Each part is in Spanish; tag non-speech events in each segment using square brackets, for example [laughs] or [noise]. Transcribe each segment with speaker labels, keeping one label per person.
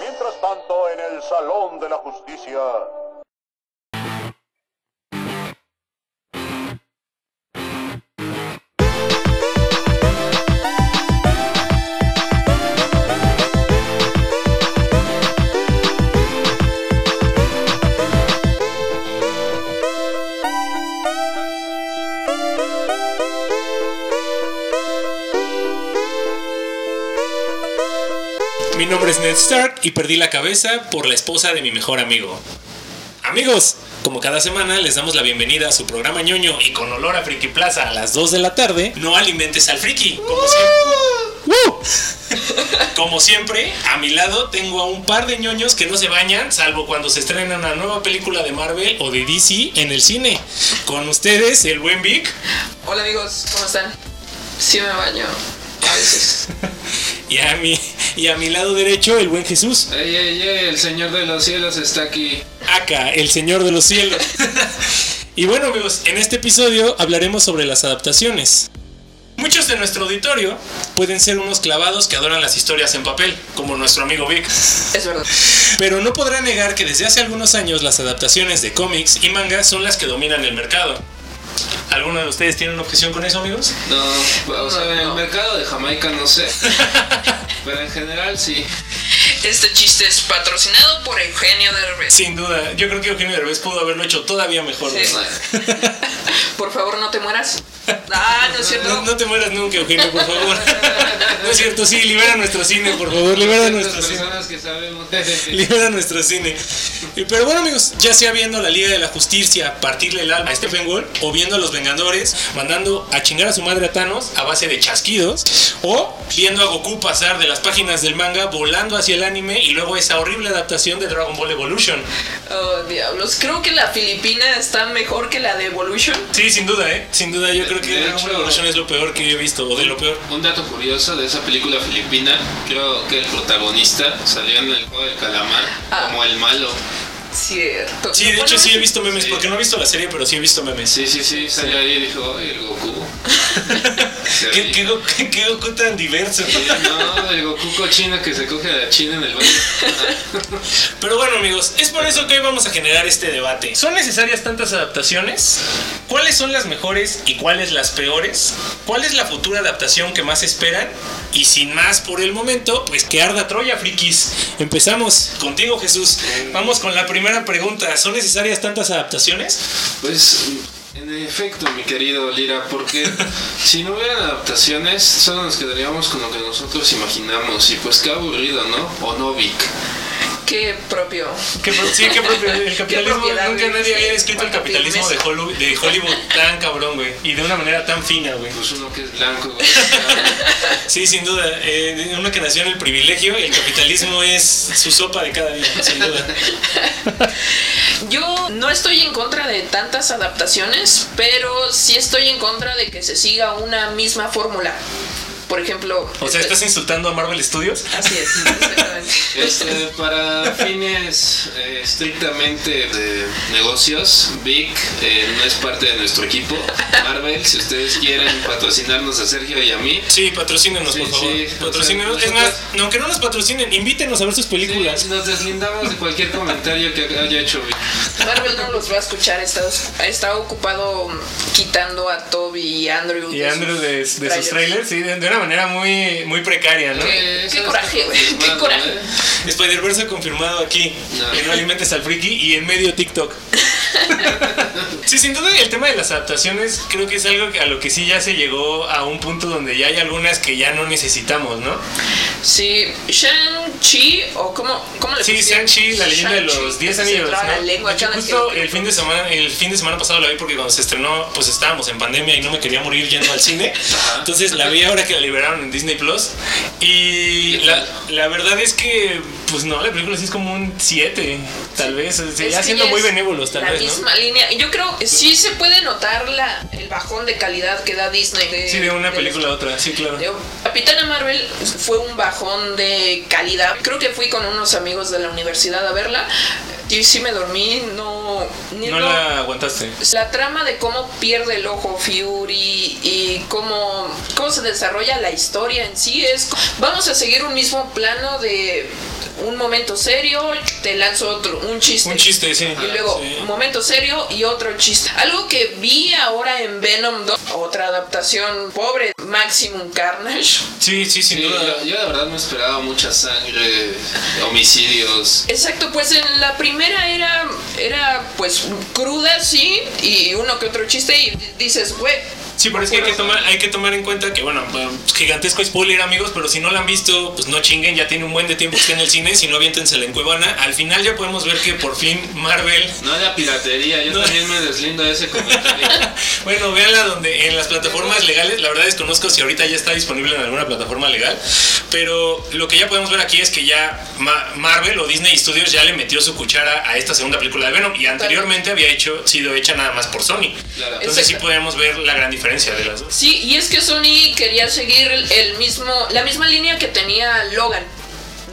Speaker 1: Mientras tanto, en el Salón de la Justicia.
Speaker 2: Mi nombre es Ned Stark y perdí la cabeza por la esposa de mi mejor amigo. Amigos, como cada semana les damos la bienvenida a su programa ñoño y con olor a Friki Plaza a las 2 de la tarde, no alimentes al friki, como siempre. Como siempre, a mi lado tengo a un par de ñoños que no se bañan, salvo cuando se estrena una nueva película de Marvel o de DC en el cine. Con ustedes, el buen Vic
Speaker 3: Hola amigos, ¿cómo están? Sí me baño. A
Speaker 2: [laughs]
Speaker 3: veces.
Speaker 2: y a mi, y a mi lado derecho, el buen Jesús.
Speaker 4: Ey, ey, ey, el Señor de los Cielos está aquí.
Speaker 2: Acá, el Señor de los Cielos. y bueno amigos, en este episodio hablaremos sobre las adaptaciones. Muchos de nuestro auditorio pueden ser unos clavados que adoran las historias en papel, como nuestro amigo Vic.
Speaker 3: Es verdad.
Speaker 2: Pero no podrá negar que desde hace algunos años las adaptaciones de cómics y mangas son las que dominan el mercado. ¿Alguno de ustedes tiene una objeción con eso, amigos? [laughs]
Speaker 4: No, o sea, en el
Speaker 3: No.
Speaker 4: mercado de Jamaica no sé. Pero en general sí.
Speaker 3: Este chiste es patrocinado por Eugenio Derbez. [laughs]
Speaker 2: Sin duda, yo creo que Eugenio Derbez pudo haberlo hecho todavía mejor.
Speaker 3: Sí.
Speaker 2: ¿verdad? [laughs]
Speaker 3: Por favor, no te mueras. Ah, no es
Speaker 2: No,
Speaker 3: cierto.
Speaker 2: no te mueras nunca, Eugenio, por
Speaker 4: [laughs]
Speaker 2: favor. No es cierto, sí, libera nuestro cine, por favor, libera
Speaker 4: Ciertas
Speaker 2: nuestro cine.
Speaker 4: personas que sabemos de
Speaker 2: Libera nuestro cine. Y, Pero bueno, amigos, ya sea viendo la Liga de la Justicia partirle el alma a Stephen Wolf, o viendo a los Vengadores mandando a chingar a su madre a Thanos a base de chasquidos, o viendo a Goku pasar de las páginas del manga volando hacia el anime y luego esa horrible adaptación de Dragon Ball Evolution.
Speaker 3: Oh, diablos. Creo que la Filipina está mejor que la de Evolution.
Speaker 2: Sí, sin duda, ¿eh? Sin duda, yo creo que
Speaker 4: de
Speaker 2: Dragon Ball
Speaker 4: hecho-
Speaker 2: Evolution es lo peor que he visto, o de lo peor.
Speaker 4: Un dato curioso de esa película filipina, creo que el protagonista salió en el juego del calamar
Speaker 3: Ah.
Speaker 4: como el malo.
Speaker 3: Cierto.
Speaker 2: Sí, de
Speaker 3: Bueno,
Speaker 2: hecho sí he visto memes,
Speaker 4: Sí.
Speaker 2: porque no he visto la serie, pero sí he visto memes.
Speaker 4: Sí, sí, sí, salió ahí y dijo, "Ay, el
Speaker 2: [laughs]
Speaker 4: Goku. Sí.
Speaker 2: ¿Qué, qué, Goku- [laughs] qué, Goku tan diverso.
Speaker 4: No, el Goku cochino que se coge a la china en el baño.
Speaker 2: Pero bueno amigos, es por eso que hoy vamos a generar este debate. ¿Son necesarias tantas adaptaciones? ¿Cuáles son las mejores y cuáles las peores? ¿Cuál es la futura adaptación que más esperan? Y sin más por el momento, pues que arda Troya, frikis. Empezamos contigo Jesús. Vamos con la primera pregunta. ¿Son necesarias tantas adaptaciones?
Speaker 4: Pues en efecto, mi querido Lira, porque si no hubieran adaptaciones, solo nos quedaríamos con lo que nosotros imaginamos. Y pues qué aburrido, ¿no? O no, Vic.
Speaker 3: Qué propio.
Speaker 2: Que pro- sí, que propio- el capitalismo,
Speaker 3: propiedad,
Speaker 2: nunca
Speaker 3: güey.
Speaker 2: nadie había descrito el
Speaker 3: Cuánta
Speaker 2: capitalismo de
Speaker 3: firmeza.
Speaker 2: Hollywood, de Hollywood tan cabrón, güey. Y de una manera tan fina, güey.
Speaker 4: Pues uno que es blanco, güey.
Speaker 2: Sí, sin duda. Eh, uno que nació en el privilegio, el [laughs] capitalismo es su sopa de cada día, sin duda.
Speaker 3: Yo no estoy en contra de tantas adaptaciones, pero sí estoy en contra de que se siga una misma fórmula. Por ejemplo. este-
Speaker 2: O sea, ¿estás insultando a Marvel Studios?
Speaker 3: Así
Speaker 2: [laughs]
Speaker 3: es, exactamente.
Speaker 4: Este, para fines eh, estrictamente de negocios, Vic eh, no es parte de nuestro equipo. Marvel, si ustedes quieren patrocinarnos a Sergio y a mí,
Speaker 2: Sí, patrocínenos,
Speaker 4: Sí,
Speaker 2: por favor.
Speaker 4: sí,
Speaker 2: patrocínenos.
Speaker 4: o sea,
Speaker 2: es más, aunque no nos patrocinen, invítenos a ver sus películas.
Speaker 4: sí, nos deslindamos de cualquier comentario que haya hecho Vic.
Speaker 3: Marvel no los va a escuchar, está, está ocupado mm, quitando a Toby y Andrew.
Speaker 2: Y
Speaker 3: de
Speaker 2: Andrew
Speaker 3: sus
Speaker 2: de, de sus
Speaker 3: trailers.
Speaker 2: trailers, sí, de, de una manera muy, muy precaria, ¿no?
Speaker 3: ¿Qué?
Speaker 4: Eh, eso está
Speaker 3: coraje, güey, qué
Speaker 4: confirmado,
Speaker 3: coraje.
Speaker 4: ¿eh?
Speaker 2: Spider-Verse confirmado aquí.
Speaker 4: No.
Speaker 2: Que no alimentes al friki y en medio [laughs] TikTok. Sí, sin duda el tema de las adaptaciones creo que es algo que- a lo que sí ya se llegó a un punto donde ya hay algunas que ya no necesitamos, ¿no?
Speaker 3: Sí, Shang-Chi, o cómo, cómo le
Speaker 2: Sí,
Speaker 3: pusieron?
Speaker 2: Shang-Chi, la leyenda de los
Speaker 3: Shang-Chi,
Speaker 2: 10
Speaker 3: se
Speaker 2: anillos.
Speaker 3: traba
Speaker 2: ¿no?
Speaker 3: la lengua,
Speaker 2: De hecho,
Speaker 3: cada vez que
Speaker 2: justo
Speaker 3: lo creo.
Speaker 2: el fin de semana, el fin de semana pasado la vi porque cuando se estrenó, pues estábamos en pandemia y no me quería morir yendo al
Speaker 3: [laughs]
Speaker 2: cine. Entonces la vi ahora que la liberaron en Disney Plus. Y la, la verdad es que, pues no, la película sí es como un 7, tal vez. o sea,
Speaker 3: Es
Speaker 2: ya
Speaker 3: que
Speaker 2: siendo
Speaker 3: ya
Speaker 2: eh, muy
Speaker 3: es
Speaker 2: benévolos, tal
Speaker 3: la
Speaker 2: vez, ¿no?
Speaker 3: misma línea. Yo creo que sí se puede notar la, el bajón de calidad que da Disney.
Speaker 2: Sí, de una película a otra, sí, claro.
Speaker 3: Digo, Capitana Marvel fue un bajón de calidad. Creo que fui con unos amigos de la universidad a verla. aquí sí me dormí, no... ni-
Speaker 2: No
Speaker 3: no-
Speaker 2: la aguantaste.
Speaker 3: La trama de cómo pierde el ojo Fury y cómo, cómo se desarrolla la historia en sí es... Vamos a seguir un mismo plano de un momento serio, te lanzo otro, un chiste.
Speaker 2: Un chiste, sí.
Speaker 3: Y luego,
Speaker 2: Sí.
Speaker 3: momento serio y otro chiste. Algo que vi ahora en Venom 2, otra adaptación pobre, Maximum Carnage.
Speaker 2: Sí, sí, sin
Speaker 4: Sí,
Speaker 2: duda.
Speaker 4: yo, yo la verdad no esperaba mucha sangre, homicidios.
Speaker 3: Exacto, pues en la primera era, era pues cruda, sí, y uno que otro chiste y dices, güey,
Speaker 2: Sí, pero es que hay que, tomar, hay que tomar en cuenta que, bueno, bueno, pues, gigantesco spoiler, amigos, pero si no la han visto, pues no chinguen, ya tiene un buen de tiempo que está en el cine, si no aviéntensela en Cuevana. Al final ya podemos ver que por fin Marvel [laughs]
Speaker 4: No la piratería, yo
Speaker 2: No.
Speaker 4: también me deslindo de ese comentario.
Speaker 2: [laughs] Bueno, véanla donde en las plataformas legales, la verdad desconozco si ahorita ya está disponible en alguna plataforma legal, pero lo que ya podemos ver aquí es que ya Ma- Marvel o Disney Studios ya le metió su cuchara a esta segunda película de Venom y anteriormente había hecho sido hecha nada más por Sony.
Speaker 4: Claro.
Speaker 2: Entonces sí
Speaker 3: Exacto.
Speaker 2: podemos ver la gran diferencia de las dos.
Speaker 3: Sí, y es que Sony quería seguir el, el mismo, la misma línea que tenía Logan.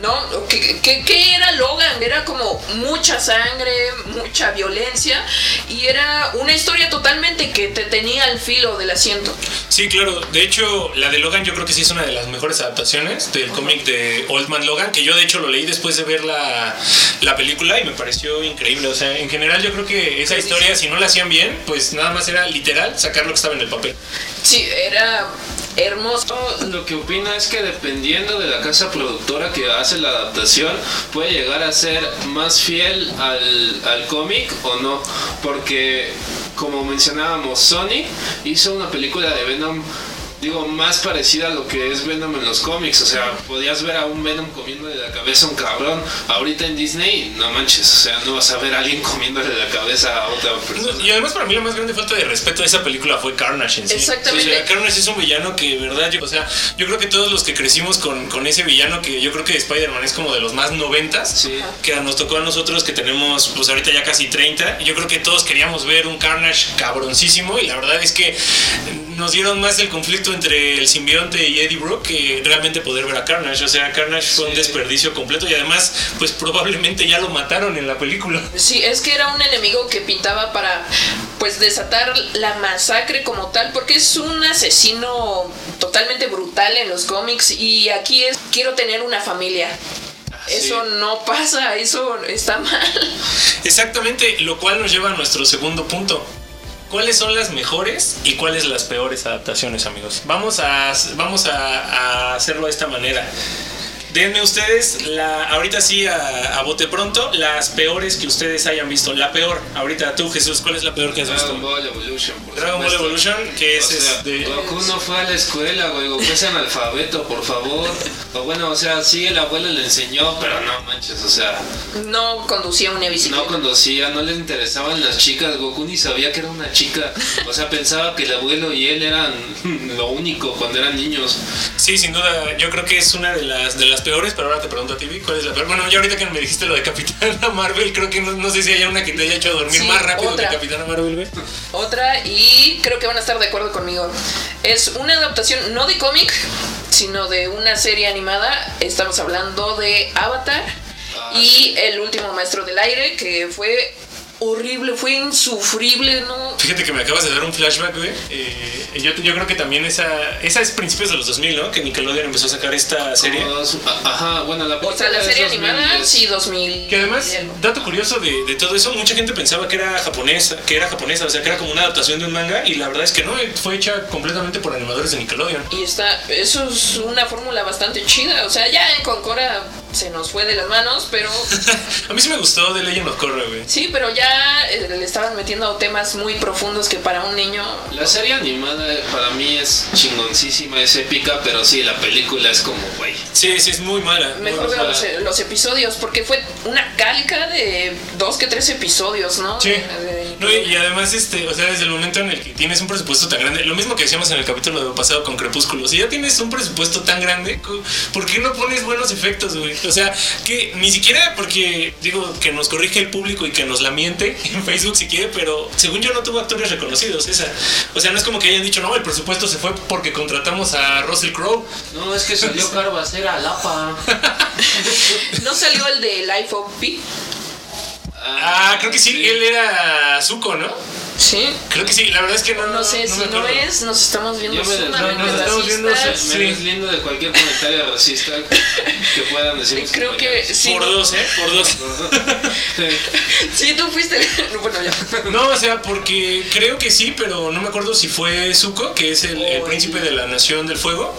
Speaker 3: ¿No? O ¿Qué, qué, qué era Logan? Era como mucha sangre, mucha violencia y era una historia totalmente que te tenía al filo del asiento.
Speaker 2: Sí, claro. De hecho, la de Logan yo creo que sí es una de las mejores adaptaciones del cómic de Old Man Logan, que yo de hecho lo leí después de ver la, la película y me pareció increíble. O sea, en general yo creo que esa historia, si no la hacían bien, pues nada más era literal sacar lo que estaba en el papel.
Speaker 3: Sí, era hermoso.
Speaker 4: Lo que opino es que dependiendo de la casa productora que hace la adaptación, puede llegar a ser más fiel al, al cómic o no. Porque, como mencionábamos, Sony hizo una película de Venom. Digo, más parecida a lo que es Venom en los cómics. O sea, podías ver a un Venom comiendo de la cabeza a un cabrón. Ahorita en Disney, no manches. O sea, no vas a ver a alguien comiéndole la cabeza a otra persona.
Speaker 2: Y además para mí la más grande falta de respeto de esa película fue Carnage en sí.
Speaker 3: Exactamente.
Speaker 2: O sea, Carnage es un villano que, de verdad, yo, o sea, yo creo que todos los que crecimos con, con ese villano que yo creo que Spider-Man es como de los más noventas.
Speaker 4: Sí.
Speaker 2: que nos tocó a nosotros que tenemos pues ahorita ya casi 30 y yo creo que todos queríamos ver un Carnage cabroncísimo y la verdad es que nos dieron más el conflicto entre el simbionte y Eddie Brock que realmente poder ver a Carnage o sea Carnage fue un
Speaker 4: Sí.
Speaker 2: desperdicio completo y además pues probablemente ya lo mataron en la película
Speaker 3: Sí, es que era un enemigo que pintaba para pues desatar la masacre como tal, porque es un asesino totalmente brutal en los cómics y aquí es quiero tener una familia. Eso
Speaker 4: Ah, Sí.
Speaker 3: no pasa, eso está [laughs] mal.
Speaker 2: exactamente lo cual nos lleva a nuestro segundo punto ¿Cuáles son las mejores y cuáles las peores adaptaciones, amigos? Vamos a, vamos a, a hacerlo de esta manera. Denme ustedes, la, ahorita sí, a, a bote pronto, las peores que ustedes hayan visto. La peor, ahorita tú, Jesús, ¿cuál es la peor que has visto?
Speaker 4: Dragon Ball Evolution. por
Speaker 2: Dragon Ball
Speaker 4: supuesto.
Speaker 2: Evolution, que es
Speaker 4: o sea,
Speaker 2: este-
Speaker 4: Goku no fue a la escuela, güey. Goku es analfabeto, por favor. O bueno, o sea, sí, el abuelo le enseñó, pero no manches, o sea,
Speaker 3: No conducía una
Speaker 4: no
Speaker 3: bicicleta.
Speaker 4: conocía, no le interesaban las chicas. Goku ni sabía que era una chica. O sea, pensaba que el abuelo y él eran lo único cuando eran niños.
Speaker 2: Sí, sin duda, yo creo que es una de las, de las peores, pero ahora te pregunto a ti, Vic, ¿cuál es la peor? Bueno, ya ahorita que me dijiste lo de Capitana Marvel, creo que no, no sé si haya una que te haya hecho dormir
Speaker 3: Sí,
Speaker 2: más rápido
Speaker 3: otra.
Speaker 2: que Capitana Marvel, güey.
Speaker 3: Otra, y creo que van a estar de acuerdo conmigo, es una adaptación no de cómic, sino de una serie animada. Estamos hablando de Avatar
Speaker 4: Ah,
Speaker 3: y El último maestro del aire, que fue horrible, fue insufrible, ¿no?
Speaker 2: Fíjate que me acabas de dar un flashback, güey. Eh, yo, yo creo que también esa, esa es principios de los 2000, ¿no? Que Nickelodeon empezó a sacar esta serie.
Speaker 3: Ah,
Speaker 4: como dos- a- Ajá, bueno, la
Speaker 3: O sea, la
Speaker 4: película es
Speaker 3: serie animada,
Speaker 4: 2010.
Speaker 3: sí, 2000.
Speaker 2: Que además,
Speaker 3: y algo.
Speaker 2: dato curioso de, de todo eso, mucha gente pensaba que era japonesa, que era japonesa, o sea, que era como una adaptación de un manga y la verdad es que no, eh, fue hecha completamente por animadores de Nickelodeon. [laughs]
Speaker 3: Y está, eso es una fórmula bastante chida. O sea, ya en Concora se nos fue de las manos, pero
Speaker 4: [laughs]
Speaker 2: A mí sí me gustó The Legend of Korra, güey.
Speaker 3: sí, pero ya eh, le estaban metiendo temas muy profundos que para un niño.
Speaker 4: La serie animada eh, para mí es chingoncísima, es épica, pero sí, la película es como, güey.
Speaker 2: Sí, sí, es muy mala. muy
Speaker 3: Mejor
Speaker 2: mala.
Speaker 3: veo los, eh, los episodios, porque fue una calca de dos que tres episodios, ¿no?
Speaker 2: Sí.
Speaker 3: De-
Speaker 2: No, y, y además, este, o sea, desde el momento en el que tienes un presupuesto tan grande, lo mismo que decíamos en el capítulo de pasado con Crepúsculo, si ya tienes un presupuesto tan grande, cu- ¿por qué no pones buenos efectos, güey? O sea, que ni siquiera porque, digo, que nos corrige el público y que nos la miente [laughs] en Facebook si quiere, pero según yo no tuvo actores reconocidos, esa. O sea, no es como que hayan dicho, no, el presupuesto se fue porque contratamos a Russell Crowe.
Speaker 4: No, es que [laughs] salió Caro a Lapa.
Speaker 3: No salió el del iPhone P.
Speaker 2: Ah, creo que sí, él era Zuko, ¿no?
Speaker 3: Sí.
Speaker 2: Creo que sí, la verdad es que no,
Speaker 3: No sé,
Speaker 2: me
Speaker 3: si no
Speaker 2: acuerdo.
Speaker 3: es, nos estamos viendo
Speaker 4: Yo me, no,
Speaker 3: sumamente
Speaker 4: nos estamos viendo
Speaker 3: racistas.
Speaker 2: sí.
Speaker 4: me deslindo de cualquier comentario racista que puedan decir. mis
Speaker 3: Creo que
Speaker 4: compañeros.
Speaker 3: sí.
Speaker 2: Por dos, ¿eh? Por
Speaker 3: [laughs]
Speaker 2: dos.
Speaker 4: Sí.
Speaker 3: Sí, tú fuiste. [laughs] el- Bueno, ya.
Speaker 2: No, o sea, porque creo que sí, pero no me acuerdo si fue Zuko, que es el, el
Speaker 3: O
Speaker 2: príncipe
Speaker 3: el-
Speaker 2: de la Nación del Fuego,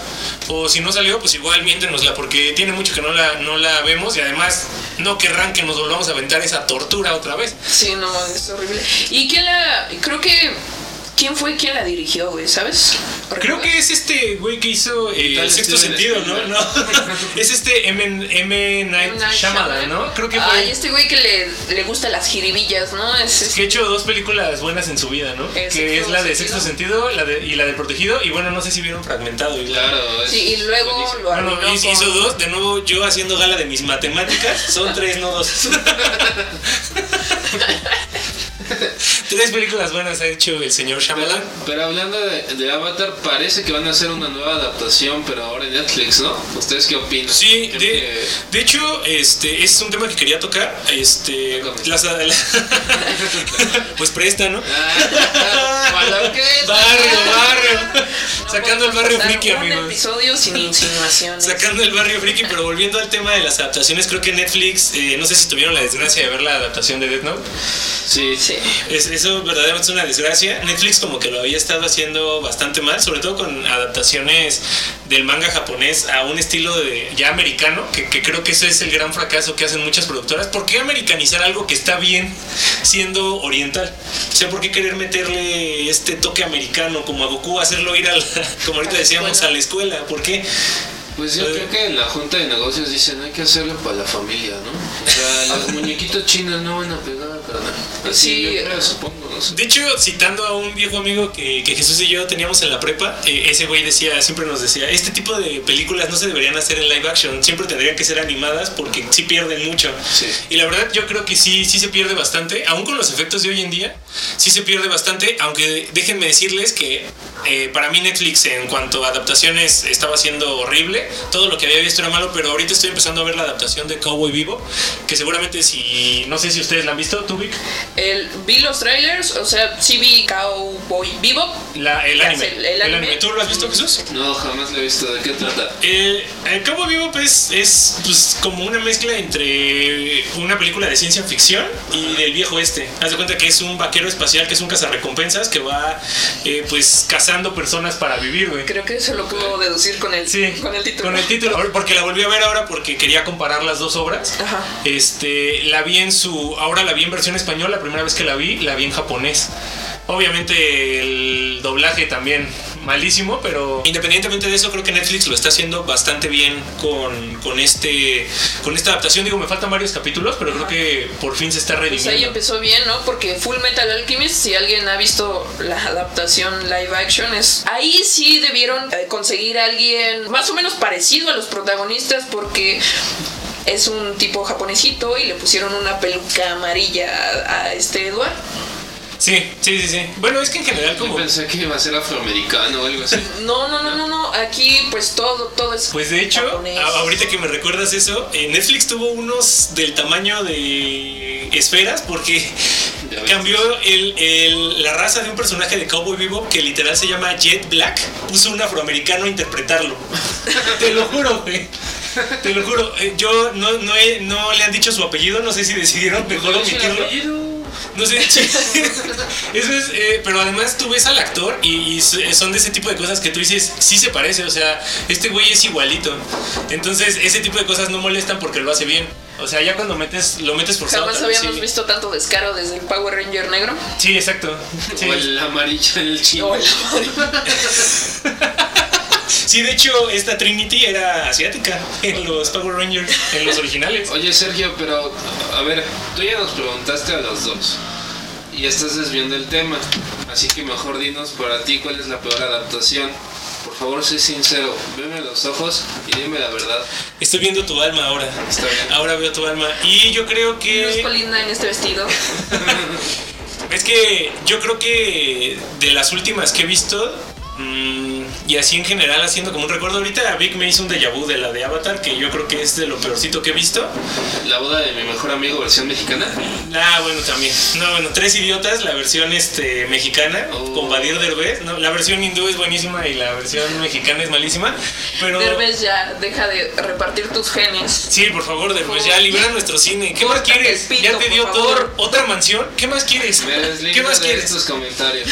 Speaker 2: o si no salió, pues igual miéntenosla, porque tiene mucho que no la, no la vemos y además no querrán que nos volvamos a aventar esa tortura otra vez.
Speaker 3: Sí, no, es horrible. ¿Y quién la.? Creo que. ¿Quién fue quien la dirigió, güey? ¿Sabes?
Speaker 2: Creo que es este güey que hizo eh,
Speaker 4: Tal
Speaker 2: el sexto
Speaker 4: Steven
Speaker 2: sentido, ¿no?
Speaker 4: Spielberg.
Speaker 2: No. [laughs] es este M. M. Night
Speaker 3: Una
Speaker 2: Shyamalan,
Speaker 3: chava.
Speaker 2: ¿no? Creo que fue.
Speaker 3: Ay, este güey que le, le gusta las jiribillas, ¿no? Es, es-
Speaker 2: Que ha hecho dos películas buenas en su vida, ¿no? que
Speaker 3: El sexto
Speaker 2: es la de
Speaker 3: sentido.
Speaker 2: Sexto Sentido la de, y la del Protegido. Y bueno, no sé si vieron fragmentado. Y
Speaker 4: Claro. es
Speaker 3: sí, y luego
Speaker 4: buenísimo.
Speaker 3: lo arruinó
Speaker 2: Bueno, hizo,
Speaker 3: con-
Speaker 2: hizo dos. De nuevo, yo haciendo gala de mis matemáticas.
Speaker 4: [laughs]
Speaker 2: Son tres, no dos. tres películas buenas ha hecho el señor
Speaker 4: Pero,
Speaker 2: Shyamalan.
Speaker 4: pero hablando de, de Avatar, parece que van a hacer una nueva adaptación, pero ahora en Netflix, ¿no? ¿Ustedes qué opinan?
Speaker 2: Sí,
Speaker 4: Creo
Speaker 2: de,
Speaker 4: que-
Speaker 2: de hecho, este es un tema que quería tocar. Este,
Speaker 4: Tócame.
Speaker 2: las,
Speaker 4: [laughs]
Speaker 2: pues presta, ¿no?
Speaker 4: Ah, [laughs] cuando que-
Speaker 2: Barrio, barrio.
Speaker 3: No
Speaker 2: Sacando el
Speaker 3: podemos
Speaker 2: barrio
Speaker 3: pasar
Speaker 2: friki,
Speaker 3: un
Speaker 2: amigos.
Speaker 3: episodio sin insinuaciones.
Speaker 2: Sacando el barrio friki, pero volviendo al tema de las adaptaciones, creo que Netflix, eh, no sé si tuvieron la desgracia de ver la adaptación de Death Note.
Speaker 4: Sí,
Speaker 3: Sí.
Speaker 2: [laughs] Es, eso verdaderamente es una desgracia. Netflix como que lo había estado haciendo bastante mal, sobre todo con adaptaciones del manga japonés a un estilo de, ya americano, que, que creo que ese es el gran fracaso que hacen muchas productoras. ¿Por qué americanizar algo que está bien siendo oriental? O sea, ¿por qué querer meterle este toque americano como a Goku, hacerlo ir a la, [laughs] como ahorita
Speaker 3: A la
Speaker 2: decíamos,
Speaker 3: escuela.
Speaker 2: a la escuela? ¿Por qué?
Speaker 4: Pues
Speaker 2: Eh.
Speaker 4: yo creo que en la junta de negocios dicen hay que hacerlo para la familia, ¿no?
Speaker 3: [laughs]
Speaker 4: O sea, los muñequitos chinos no van a pegar, carnal. Así
Speaker 3: Sí.
Speaker 4: yo creo, supongo, no sé.
Speaker 2: De hecho, citando a un viejo amigo que, que Jesús y yo teníamos en la prepa, eh, ese güey decía, siempre nos decía, este tipo de películas no se deberían hacer en live action, siempre tendrían que ser animadas porque sí pierden mucho.
Speaker 4: Sí.
Speaker 2: Y la verdad yo creo que sí, sí se pierde bastante, aún con los efectos de hoy en día, sí se pierde bastante, aunque déjenme decirles que eh, para mí Netflix en cuanto a adaptaciones estaba siendo horrible, todo lo que había visto era malo, pero ahorita estoy empezando a ver la adaptación de Cowboy Vivo, que seguramente si, no sé si ustedes la han visto, ¿tú, Vic?
Speaker 3: El, vi los trailers, o sea, sí vi Cowboy Vivo.
Speaker 2: La- el,
Speaker 3: Ya
Speaker 2: anime.
Speaker 3: sé, el
Speaker 2: el
Speaker 3: anime.
Speaker 2: anime. ¿Tú lo has visto, Jesús?
Speaker 4: No, jamás lo he visto. ¿De qué trata?
Speaker 2: Eh, el Cabo Vivo pues, es pues, como una mezcla entre una película de ciencia ficción y del viejo este. Haz de cuenta que es un vaquero espacial, que es un cazarrecompensas que va eh, pues cazando personas para vivir, güey.
Speaker 3: Creo que eso lo puedo deducir con el,
Speaker 2: Sí,
Speaker 3: [laughs] con el título.
Speaker 2: Con el título, ahora- porque la volví a ver ahora porque quería comparar las dos obras.
Speaker 3: Ajá.
Speaker 2: Este, la vi en su, ahora la vi en versión española, la primera vez que la vi, la vi en japonés. Obviamente el doblaje también malísimo, pero independientemente de eso creo que Netflix lo está haciendo bastante bien con, con este con esta adaptación. Digo, me faltan varios capítulos, pero creo que por fin se está
Speaker 3: Pues ahí
Speaker 2: redimiendo.
Speaker 3: empezó bien, ¿no? Porque Full Metal Alchemist, si alguien ha visto la adaptación live action, es. Ahí sí debieron eh, conseguir a alguien más o menos parecido a los protagonistas, porque es un tipo japonesito y le pusieron una peluca amarilla a, a este Edward.
Speaker 2: Sí, sí, sí, sí. pues, Bueno, es que en general
Speaker 4: Yo
Speaker 2: como
Speaker 4: pensé que iba a ser afroamericano o
Speaker 2: [laughs]
Speaker 4: algo así.
Speaker 3: No, no, no, no, no. Aquí, pues todo, todo es.
Speaker 2: Pues de hecho,
Speaker 3: japonés.
Speaker 2: a- ahorita que me recuerdas eso, eh, Netflix tuvo unos del tamaño de esferas porque
Speaker 4: Ya ves.
Speaker 2: cambió el- el- la raza de un personaje de Cowboy Bebop que literal se llama Jet Black, puso un afroamericano a interpretarlo. [laughs] Te lo juro, güey. Te lo juro, Eh, yo no, no, he- no le han dicho su apellido, no sé si decidieron mejor
Speaker 4: ¿Cuál es el
Speaker 2: omitirlo.
Speaker 4: apellido?
Speaker 2: No sé, [laughs] sí. eso es, eh, pero además tú ves al actor y, y s- son de ese tipo de cosas que tú dices, sí se parece, o sea, este güey es igualito. Entonces, ese tipo de cosas no molestan porque lo hace bien. O sea, ya cuando metes, lo metes por
Speaker 3: Jamás habíamos
Speaker 2: sí.
Speaker 3: visto tanto descaro desde el Power Ranger negro.
Speaker 2: Sí, exacto. Sí.
Speaker 4: O el amarillo en
Speaker 3: [laughs]
Speaker 4: el chino.
Speaker 3: O el-
Speaker 2: [laughs] Sí, de hecho, esta Trinity era asiática en los Power Rangers, en los
Speaker 4: [laughs]
Speaker 2: originales.
Speaker 4: Oye Sergio, pero a ver, tú ya nos preguntaste a los dos y estás desviando el tema, así que mejor dinos para ti cuál es la peor adaptación. Por favor, sé sincero, veme a los ojos y dime la verdad.
Speaker 2: Estoy viendo tu alma ahora.
Speaker 4: Está bien.
Speaker 2: Ahora veo tu alma. Y yo creo
Speaker 3: No
Speaker 2: que...
Speaker 3: es Colinda en este
Speaker 2: [laughs]
Speaker 3: vestido.
Speaker 2: Es que yo creo que de las últimas que he visto, mm, y así en general haciendo como un recuerdo. Ahorita Vic me hizo un déjà vu de la de Avatar, que yo creo que es de lo peorcito que he visto.
Speaker 4: La boda de mi mejor amigo, versión mexicana.
Speaker 2: Ah, bueno, también. No, bueno, Tres Idiotas, la versión este, mexicana,
Speaker 4: Oh.
Speaker 2: con Badir Derbez. No, la versión hindú es buenísima y la versión mexicana es malísima. Pero.
Speaker 3: Derbez ya deja de repartir tus genes.
Speaker 2: Sí, por favor, Derbez, ya libera nuestro cine. ¿Qué más
Speaker 3: Córtate el
Speaker 2: quieres?
Speaker 3: pito,
Speaker 2: ya te
Speaker 3: por
Speaker 2: dio
Speaker 3: favor.
Speaker 2: todo. ¿Otra mansión? ¿Qué más quieres?
Speaker 4: Me deslindo
Speaker 2: ¿Qué más
Speaker 4: de
Speaker 2: quieres?
Speaker 4: estos comentarios.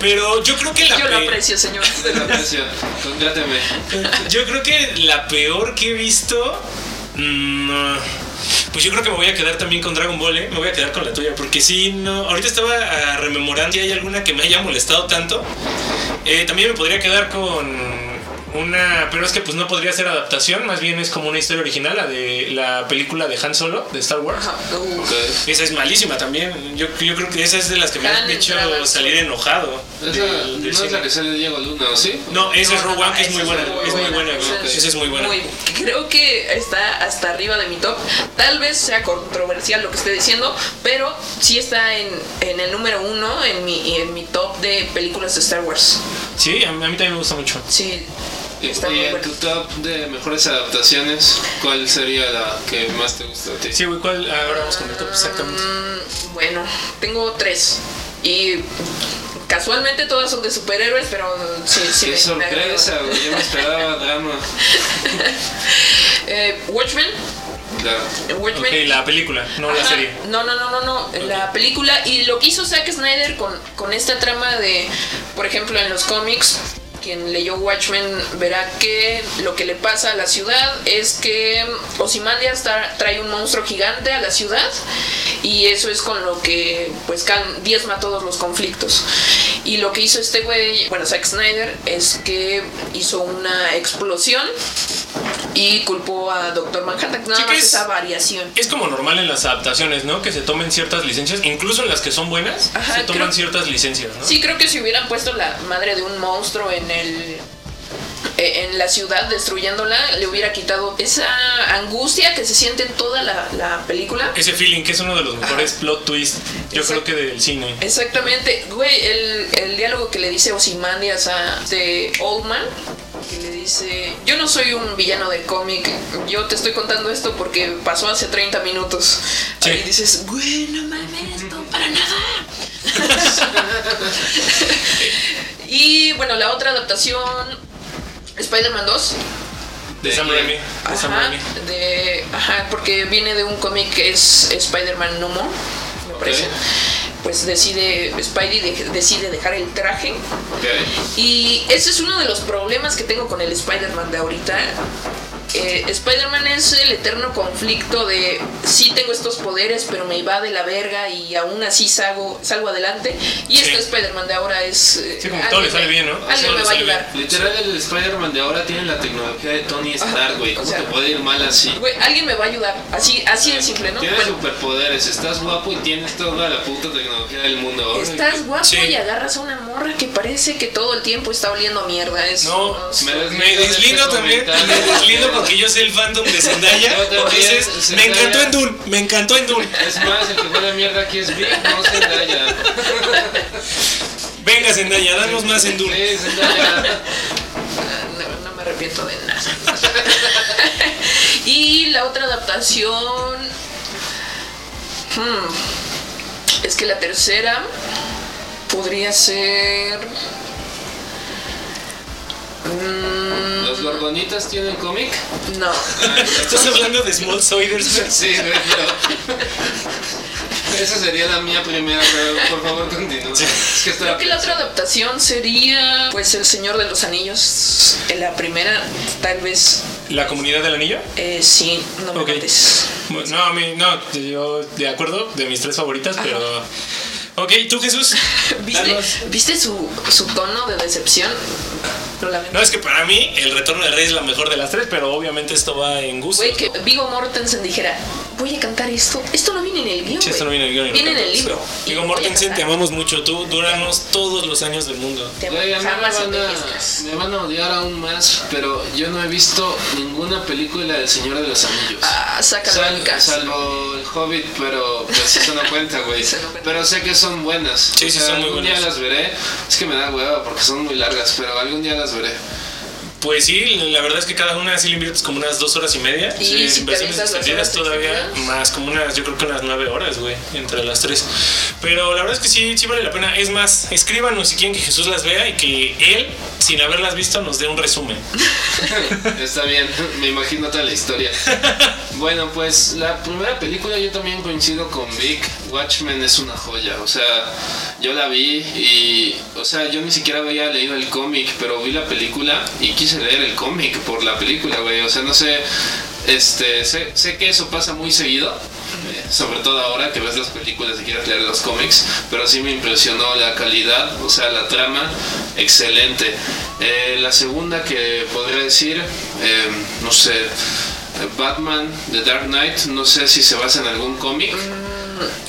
Speaker 2: Pero yo creo que la
Speaker 3: Yo lo
Speaker 2: pe-
Speaker 3: aprecio,
Speaker 2: [laughs]
Speaker 3: señor.
Speaker 4: Te lo aprecio. Contráteme.
Speaker 2: Yo creo que la peor que he visto. mm, pues yo creo que me voy a quedar también con Dragon Ball, ¿eh? me voy a quedar con la tuya, porque si no. Ahorita estaba ah, rememorando si hay alguna que me haya molestado tanto. Eh, también me podría quedar con una. Pero es que pues no podría ser adaptación, más bien es como una historia original, la de la película de Han Solo de Star Wars.
Speaker 3: Ajá,
Speaker 4: Ok.
Speaker 3: uf.
Speaker 2: Esa es malísima también. Yo, yo creo que esa es de las que me
Speaker 3: Han
Speaker 2: han hecho
Speaker 3: entraba.
Speaker 2: salir enojado.
Speaker 4: Esa
Speaker 2: del-
Speaker 4: no
Speaker 2: del
Speaker 4: es
Speaker 2: cine.
Speaker 4: la que sale Diego Luna, ¿o sí?
Speaker 2: No, esa es
Speaker 3: No,
Speaker 2: Rogue One, que es
Speaker 3: esa
Speaker 2: muy buena. Es muy buena,
Speaker 3: esa
Speaker 2: creo que esa es muy buena.
Speaker 3: creo que está hasta arriba de mi top. Tal vez sea controversial lo que esté diciendo, pero sí está en, en el número uno en mi, en mi top de películas de Star Wars.
Speaker 2: Sí, a mí, a mí también me gusta mucho.
Speaker 3: Sí,
Speaker 4: Y,
Speaker 3: está
Speaker 4: y
Speaker 3: muy
Speaker 4: en
Speaker 3: buena.
Speaker 4: tu top de mejores adaptaciones, ¿cuál sería la que más te gusta a ti?
Speaker 2: Sí, güey, ¿cuál? Ahora vamos con el top, exactamente.
Speaker 3: Mm, bueno, tengo tres. Y casualmente todas son de superhéroes, pero sí, sí.
Speaker 4: Qué
Speaker 3: me- me agrada.
Speaker 4: sorpresa,
Speaker 3: [laughs]
Speaker 4: güey. Yo me esperaba drama.
Speaker 3: Eh, Watchmen.
Speaker 4: Claro.
Speaker 3: Watchmen.
Speaker 2: Ok, la película, no la
Speaker 3: Ajá.
Speaker 2: serie.
Speaker 3: No, no, no, no, no. La película y lo que hizo Zack Snyder con, con esta trama de, por ejemplo, en los cómics, quien leyó Watchmen verá que lo que le pasa a la ciudad es que Ozymandias tra- trae un monstruo gigante a la ciudad y eso es con lo que pues can- diezma todos los conflictos. Y lo que hizo este güey, bueno, Zack Snyder, es que hizo una explosión y culpó a Doctor Manhattan. Nada
Speaker 2: Sí que
Speaker 3: más
Speaker 2: es-
Speaker 3: esa variación.
Speaker 2: Es como normal en las adaptaciones, ¿no? Que se tomen ciertas licencias, incluso en las que son buenas,
Speaker 3: Ajá,
Speaker 2: se toman
Speaker 3: creo-
Speaker 2: ciertas licencias, ¿no?
Speaker 3: Sí, creo que si hubieran puesto la madre de un monstruo en el eh, en la ciudad destruyéndola, le hubiera quitado esa angustia que se siente en toda la, la película.
Speaker 2: Ese feeling que es uno de los mejores plot twists, yo creo
Speaker 3: Exacto.
Speaker 2: que del cine.
Speaker 3: Exactamente, güey, el, el diálogo que le dice Ozymandias a este Oldman, que le dice, yo no soy un villano de cómic, yo te estoy contando esto porque pasó hace 30 minutos.
Speaker 2: Sí.
Speaker 3: Ahí dices, güey, no mames, no para nada. [laughs] y bueno, la otra adaptación, Spider-Man 2.
Speaker 2: De Sam
Speaker 4: quién?
Speaker 2: Raimi. De Sam
Speaker 3: Ajá,
Speaker 2: Raimi.
Speaker 3: de, ajá, porque viene de un cómic que es Spider-Man No More, me
Speaker 4: Ok.
Speaker 3: parece. Pues decide, Spidey de- decide dejar el traje.
Speaker 4: Ok.
Speaker 3: Y ese es uno de los problemas que tengo con el Spider-Man de ahorita. Eh, Spider-Man es el eterno conflicto de sí tengo estos poderes, pero me va de la verga y aún así salgo, salgo adelante. Y
Speaker 2: Sí.
Speaker 3: este Spider-Man de ahora es... eh,
Speaker 2: Sí, como que todo le
Speaker 3: alguien
Speaker 2: sale
Speaker 3: me-
Speaker 2: bien, ¿no?
Speaker 3: Alguien
Speaker 2: Todo le
Speaker 3: me va a
Speaker 2: sale bien.
Speaker 3: ayudar.
Speaker 4: Literal, el Spider-Man de ahora tiene la tecnología de Tony Stark, güey.
Speaker 3: o
Speaker 4: ¿Cómo
Speaker 3: sea,
Speaker 4: te puede ir mal así?
Speaker 3: Güey, alguien me va a ayudar. Así, así de simple, ¿no?
Speaker 4: Tienes
Speaker 3: Bueno,
Speaker 4: superpoderes, estás guapo y tienes toda la puta tecnología del mundo. Ay,
Speaker 3: Estás guapo
Speaker 2: Sí.
Speaker 3: y agarras a una morra que parece que todo el tiempo está oliendo mierda. Es,
Speaker 2: No,
Speaker 4: Me deslindo
Speaker 2: me
Speaker 4: de este
Speaker 2: deslindo también,
Speaker 4: comentario.
Speaker 2: me deslindo porque yo sé el fandom de Zendaya.
Speaker 4: Yo también,
Speaker 2: Entonces, me
Speaker 4: Zendaya.
Speaker 2: encantó en Dune, me encantó en Dune.
Speaker 4: Es más, el que fue la mierda aquí es Big, no Zendaya.
Speaker 2: Venga, Zendaya, danos más en Dune.
Speaker 4: Sí, Zendaya.
Speaker 3: no, no me arrepiento de nada. [laughs] y la otra adaptación. hmm, Es que la tercera podría ser. mm,
Speaker 4: ¿Los gorgonitas tienen
Speaker 2: [laughs]
Speaker 4: cómic?
Speaker 3: no.
Speaker 2: Estás hablando de Small Soiders.
Speaker 4: [laughs] Sí, güey, pero... Esa sería la mía primera, pero por favor continúa. Es que
Speaker 3: Creo
Speaker 4: está...
Speaker 3: que la otra adaptación sería. Pues El Señor de los Anillos. En la primera, tal vez.
Speaker 2: ¿La comunidad del anillo?
Speaker 3: eh, sí, no me
Speaker 2: Ok.
Speaker 3: mates.
Speaker 2: Bueno, No, a mí, no, yo de acuerdo, de mis tres favoritas, pero. Ok, tú Jesús.
Speaker 3: [laughs] ¿Viste,
Speaker 2: danos-
Speaker 3: ¿viste su, su tono de decepción? Lo lamento.
Speaker 2: No, es que para mí el retorno del rey es la mejor de las tres, pero obviamente esto va en gusto.
Speaker 3: Güey, que Vigo Mortensen dijera, voy a cantar esto. Esto no viene en el guión.
Speaker 2: Sí, esto no
Speaker 3: güey.
Speaker 2: viene en el guión. y
Speaker 3: Viene en
Speaker 2: no
Speaker 3: el
Speaker 2: tanto,
Speaker 3: libro.
Speaker 2: pero-
Speaker 3: Y
Speaker 2: Digo,
Speaker 3: lo voy a
Speaker 2: Mortensen, te
Speaker 3: cantar.
Speaker 2: amamos mucho. Tú duranos todos los años del mundo.
Speaker 3: Te amo,
Speaker 4: Güey, a mí me
Speaker 3: jamás
Speaker 4: van
Speaker 3: envejezcas.
Speaker 4: a, me van a odiar aún más, pero yo no he visto ninguna película del Señor de los Anillos.
Speaker 3: Ah, saca
Speaker 4: Sal-
Speaker 3: broncas.
Speaker 4: salvo el Hobbit, pero pues eso no cuenta,
Speaker 3: [laughs]
Speaker 4: güey.
Speaker 3: Eso no cuenta.
Speaker 4: Pero sé que son buenas.
Speaker 2: Sí, sí, son muy
Speaker 4: algún
Speaker 2: buenas.
Speaker 4: día las veré. Es que me da hueva porque son muy largas, pero algún día las
Speaker 3: [laughs]
Speaker 4: veré.
Speaker 2: Pues sí, la verdad es que cada una sí le inviertes como unas dos horas y media.
Speaker 3: Y
Speaker 2: Sí,
Speaker 3: si te
Speaker 2: versiones
Speaker 3: avientas las
Speaker 2: extendidas
Speaker 3: horas
Speaker 2: todavía
Speaker 3: extendidas.
Speaker 2: más, como unas, yo creo que unas nueve horas, güey, entre las tres. Pero la verdad es que sí, sí vale la pena. Es más, escríbanos si quieren que Jesús las vea y que él, sin haberlas visto, nos dé un resumen.
Speaker 4: Está bien, me imagino toda la historia. Bueno, pues la primera película yo también coincido con Vic. Watchmen es una joya. O sea, yo la vi y. O sea, yo ni siquiera había leído el cómic, pero vi la película y quise leer el cómic por la película, güey. O sea, no sé. Este, sé, sé que eso pasa muy seguido, eh, sobre todo ahora que ves las películas y quieres leer los cómics, pero sí me impresionó la calidad, o sea, la trama, excelente. Eh, la segunda que podría decir, eh, no sé, Batman, The Dark Knight, no sé si se basa en algún cómic.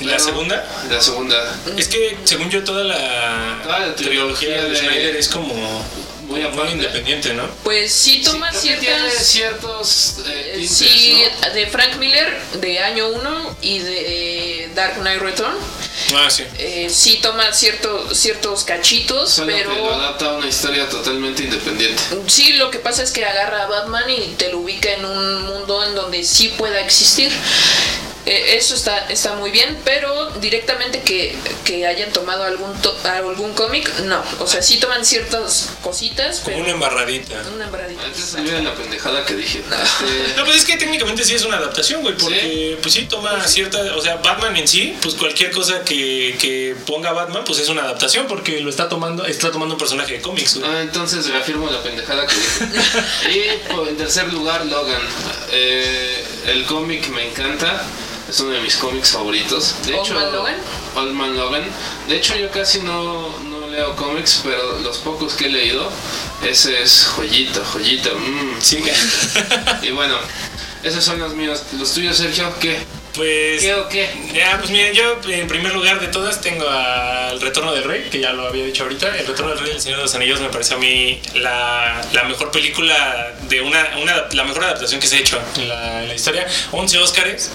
Speaker 2: La
Speaker 4: Claro.
Speaker 2: segunda
Speaker 4: La segunda,
Speaker 3: Mm.
Speaker 2: es que, según yo, toda la,
Speaker 4: Toda la
Speaker 2: trilogía
Speaker 4: trilogía
Speaker 2: de
Speaker 4: de-
Speaker 2: Snyder es como
Speaker 4: muy
Speaker 2: como
Speaker 4: aparte.
Speaker 2: independiente, ¿no?
Speaker 3: Pues sí
Speaker 4: Sí,
Speaker 3: toma
Speaker 4: creo que tiene
Speaker 3: ciertas...
Speaker 4: ciertos eh, tintes,
Speaker 3: Sí,
Speaker 4: ¿no?
Speaker 3: de Frank Miller, de año 1 y de eh, Dark Knight Return.
Speaker 2: Ah, sí.
Speaker 3: Eh, sí toma cierto, ciertos cachitos,
Speaker 4: Solo
Speaker 3: pero...
Speaker 4: que lo adapta a una historia totalmente independiente.
Speaker 3: Sí, lo que pasa es que agarra a Batman y te lo ubica en un mundo en donde sí pueda existir. Eh, Eso está, está muy bien, pero directamente que, que hayan tomado algún to- algún cómic, no. O sea, sí toman ciertas cositas,
Speaker 2: Como
Speaker 3: pero
Speaker 2: una embarradita.
Speaker 3: una embarradita.
Speaker 4: Antes me olvidé la pendejada que
Speaker 3: [laughs]
Speaker 4: dije. Este,
Speaker 2: No, pues es que técnicamente sí es una adaptación, güey, porque pues sí toma cierta, o sea, Batman en sí, pues cualquier cosa que, que ponga Batman, pues es una adaptación porque lo está tomando, está tomando un personaje de cómics, güey.
Speaker 4: Ah, entonces reafirmo la pendejada
Speaker 3: [laughs]
Speaker 4: que dije. y por- en tercer lugar, Logan. Eh, el cómic me encanta. Es uno de mis cómics favoritos. De
Speaker 3: ¿Old
Speaker 4: hecho,
Speaker 3: Man Logan?
Speaker 4: Old Man Logan. De hecho, yo casi no, no leo cómics, pero los pocos que he leído, ese es joyita, joyita. mm.
Speaker 2: Sí,
Speaker 4: Y bueno, esos son los míos. ¿Los tuyos, Sergio? ¿Qué?
Speaker 2: [laughs] pues
Speaker 4: ¿Qué o qué?
Speaker 2: ya, pues mira, yo en primer lugar de todas tengo al Retorno del Rey, que ya lo había dicho ahorita. El Retorno del Rey del Señor de los Anillos me parece a mí la, la mejor película de una, una- la mejor adaptación que se ha hecho en la, en la historia. 11 Óscares.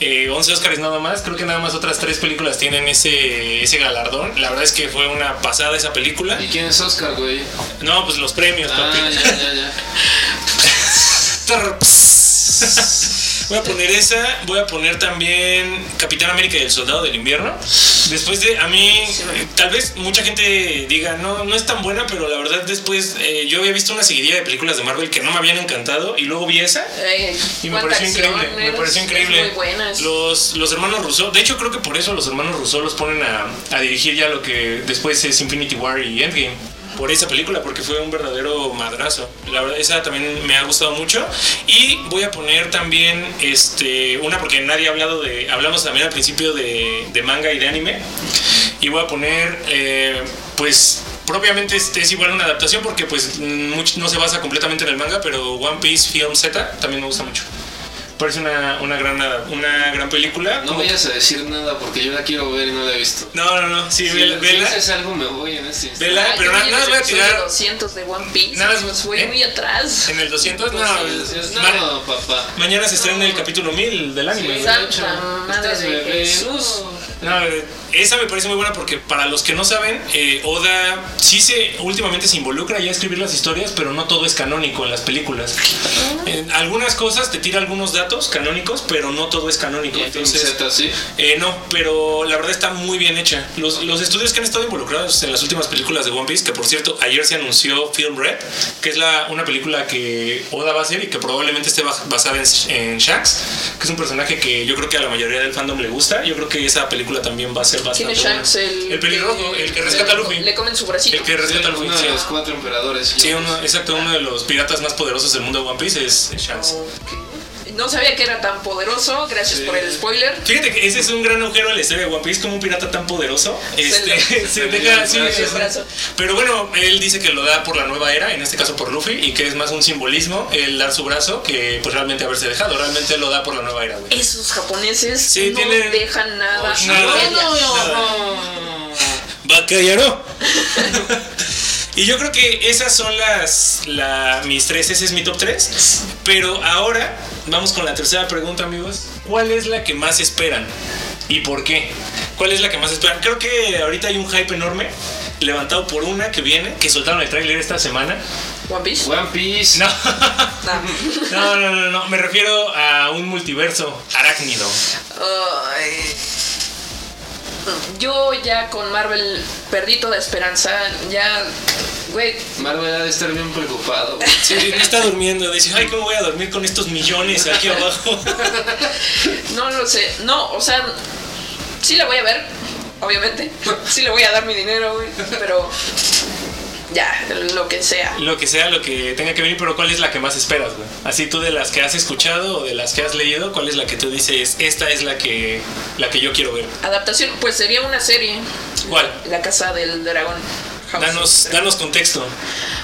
Speaker 2: eh, 11 Óscares nada más, creo que nada más otras tres películas tienen ese, ese galardón. La verdad es que fue una pasada esa película.
Speaker 4: ¿Y quién es Oscar, güey?
Speaker 2: No, pues los premios,
Speaker 4: Ah,
Speaker 2: papi.
Speaker 4: ya, ya, ya.
Speaker 2: Tarp. Voy a poner esa, voy a poner también Capitán América y el Soldado del Invierno. Después de, a mí, eh, tal vez mucha gente diga, no, no es tan buena, pero la verdad después eh, yo había visto una seguidilla de películas de Marvel que no me habían encantado y luego vi esa
Speaker 3: Eh,
Speaker 2: y me
Speaker 3: cuánta
Speaker 2: pareció
Speaker 3: acción,
Speaker 2: increíble, me
Speaker 3: es-
Speaker 2: pareció
Speaker 3: es
Speaker 2: increíble.
Speaker 3: Muy buenas.
Speaker 2: Los, los hermanos Rousseau, de hecho creo que por eso los hermanos Rousseau los ponen a, a dirigir ya lo que después es Infinity War y Endgame. Por esa película, porque fue un verdadero madrazo. La verdad, esa también me ha gustado mucho. Y voy a poner también este, una, porque nadie ha hablado de. Hablamos también al principio de, de manga y de anime. Y voy a poner, eh, pues, propiamente este es igual una adaptación, porque pues mucho- no se basa completamente en el manga, pero One Piece Film Z también me gusta mucho. Parece una, una, gran, una gran película.
Speaker 4: No
Speaker 2: Como-
Speaker 4: vayas a decir nada porque yo la quiero ver y no la he visto.
Speaker 2: no, no, no, sí,
Speaker 4: Si
Speaker 2: vela. vela.
Speaker 4: dices algo me voy en este instante.
Speaker 2: Vela.
Speaker 3: Ah,
Speaker 2: pero
Speaker 3: yo
Speaker 2: nada-
Speaker 3: vi
Speaker 2: nada más
Speaker 3: el
Speaker 2: voy a
Speaker 3: episodio
Speaker 2: tirar-
Speaker 3: 200 de One Piece.
Speaker 2: Nada más-
Speaker 3: pues, fue
Speaker 2: ¿eh?
Speaker 3: muy atrás.
Speaker 2: En el 200,
Speaker 4: Pues,
Speaker 2: no.
Speaker 4: Dices, No,
Speaker 2: ma-
Speaker 4: papá.
Speaker 2: mañana se estrena el capítulo 1000 del anime.
Speaker 3: Sí. Santa
Speaker 4: Ocho.
Speaker 3: madre
Speaker 4: Estás
Speaker 3: de
Speaker 4: bebé.
Speaker 3: Jesús.
Speaker 2: No, eh, esa me parece muy buena porque para los que no saben, eh, Oda sí se últimamente se involucra ya a escribir las historias, pero no todo es canónico en las películas. En algunas cosas te tira algunos datos canónicos, pero no todo es canónico.
Speaker 4: Y
Speaker 2: Entonces,
Speaker 4: Z, sí.
Speaker 2: Eh, no, pero la verdad está muy bien hecha. Los, los estudios que han estado involucrados en las últimas películas de One Piece, que por cierto, ayer se anunció Film Red, que es la, una película que Oda va a hacer y que probablemente esté baj- basada en, Sh- en Shanks, que es un personaje que yo creo que a la mayoría del fandom le gusta. Yo creo que esa película también va a ser
Speaker 3: ¿Quién
Speaker 2: bastante
Speaker 3: es Shanks?
Speaker 2: buena.
Speaker 3: El,
Speaker 2: El pelirrojo, el que rescata a Luffy.
Speaker 3: Le comen su bracito.
Speaker 2: El que rescata a Luffy,
Speaker 4: Uno de
Speaker 2: sí.
Speaker 4: los cuatro emperadores.
Speaker 2: Sí, uno- exacto, uno de los piratas más poderosos del mundo de One Piece es es Shanks.
Speaker 3: Ok. No sabía que era tan poderoso. Gracias
Speaker 4: Sí.
Speaker 3: por el spoiler.
Speaker 2: Fíjate que ese es un gran agujero en la historia de One Piece, como un pirata tan poderoso. Este, [laughs]
Speaker 3: Se
Speaker 4: lo-
Speaker 2: se
Speaker 4: se
Speaker 2: deja-
Speaker 4: le
Speaker 2: sí,
Speaker 4: brazo.
Speaker 2: sí, sí. Pero bueno, él dice que lo da por la nueva era, en este caso por Luffy, y que es más un simbolismo el dar su brazo que pues realmente haberse dejado. Realmente lo da por la nueva era, güey.
Speaker 3: Esos japoneses
Speaker 2: Sí,
Speaker 3: no
Speaker 2: tienen-
Speaker 3: dejan nada.
Speaker 2: Oh,
Speaker 3: a
Speaker 2: nada.
Speaker 3: medias.
Speaker 2: Bacallaro. Y yo creo que esas son las la, mis tres, ese es mi top 3. Pero ahora vamos con la tercera pregunta, amigos. ¿Cuál es la que más esperan? ¿Y por qué? ¿Cuál es la que más esperan? Creo que ahorita hay un hype enorme levantado por una que viene, que soltaron el tráiler esta semana.
Speaker 3: One Piece.
Speaker 4: One Piece.
Speaker 2: No.
Speaker 3: Nah.
Speaker 2: No, no, no, no, me refiero a un multiverso arácnido.
Speaker 3: Ay. Yo ya con Marvel perdí toda esperanza. Ya, güey,
Speaker 4: Marvel ha de estar bien preocupado. güey.
Speaker 2: Sí, está durmiendo, dice, ay, ¿cómo voy a dormir con estos millones aquí abajo?
Speaker 3: no lo sé. No, o sea, sí la voy a ver, obviamente. [laughs] Sí le voy a dar mi dinero, güey. Pero ya, lo que sea.
Speaker 2: Lo que sea, lo que tenga que venir, pero ¿cuál es la que más esperas, güey? Así tú de las que has escuchado o de las que has leído, ¿cuál es la que tú dices, esta es la que, la que yo quiero ver?
Speaker 3: Adaptación, pues sería una serie.
Speaker 2: ¿Cuál?
Speaker 3: La casa del dragón. House of
Speaker 2: Danos,
Speaker 3: Dragon.
Speaker 2: danos contexto.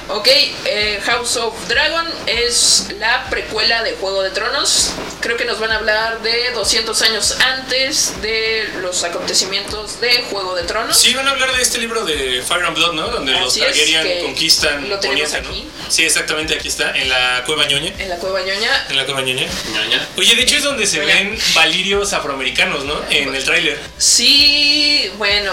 Speaker 3: Ok, eh, House of Dragon es la precuela de Juego de Tronos. Creo que nos van a hablar de 200 años antes de los acontecimientos de Juego de Tronos.
Speaker 2: Sí, van a hablar de este libro de Fire and Blood, ¿no? Donde los
Speaker 3: Así es,
Speaker 2: Targaryen
Speaker 3: que
Speaker 2: conquistan
Speaker 3: lo tenemos
Speaker 2: Poniente, ¿no?
Speaker 3: aquí.
Speaker 2: Sí, exactamente, aquí está, en la Cueva Ñoña.
Speaker 3: En la cueva ñoña.
Speaker 2: En la Cueva Ñoña.
Speaker 4: Ñoña.
Speaker 2: Oye, de hecho es donde se ven valirios afroamericanos, ¿no? En el tráiler.
Speaker 3: Sí, bueno,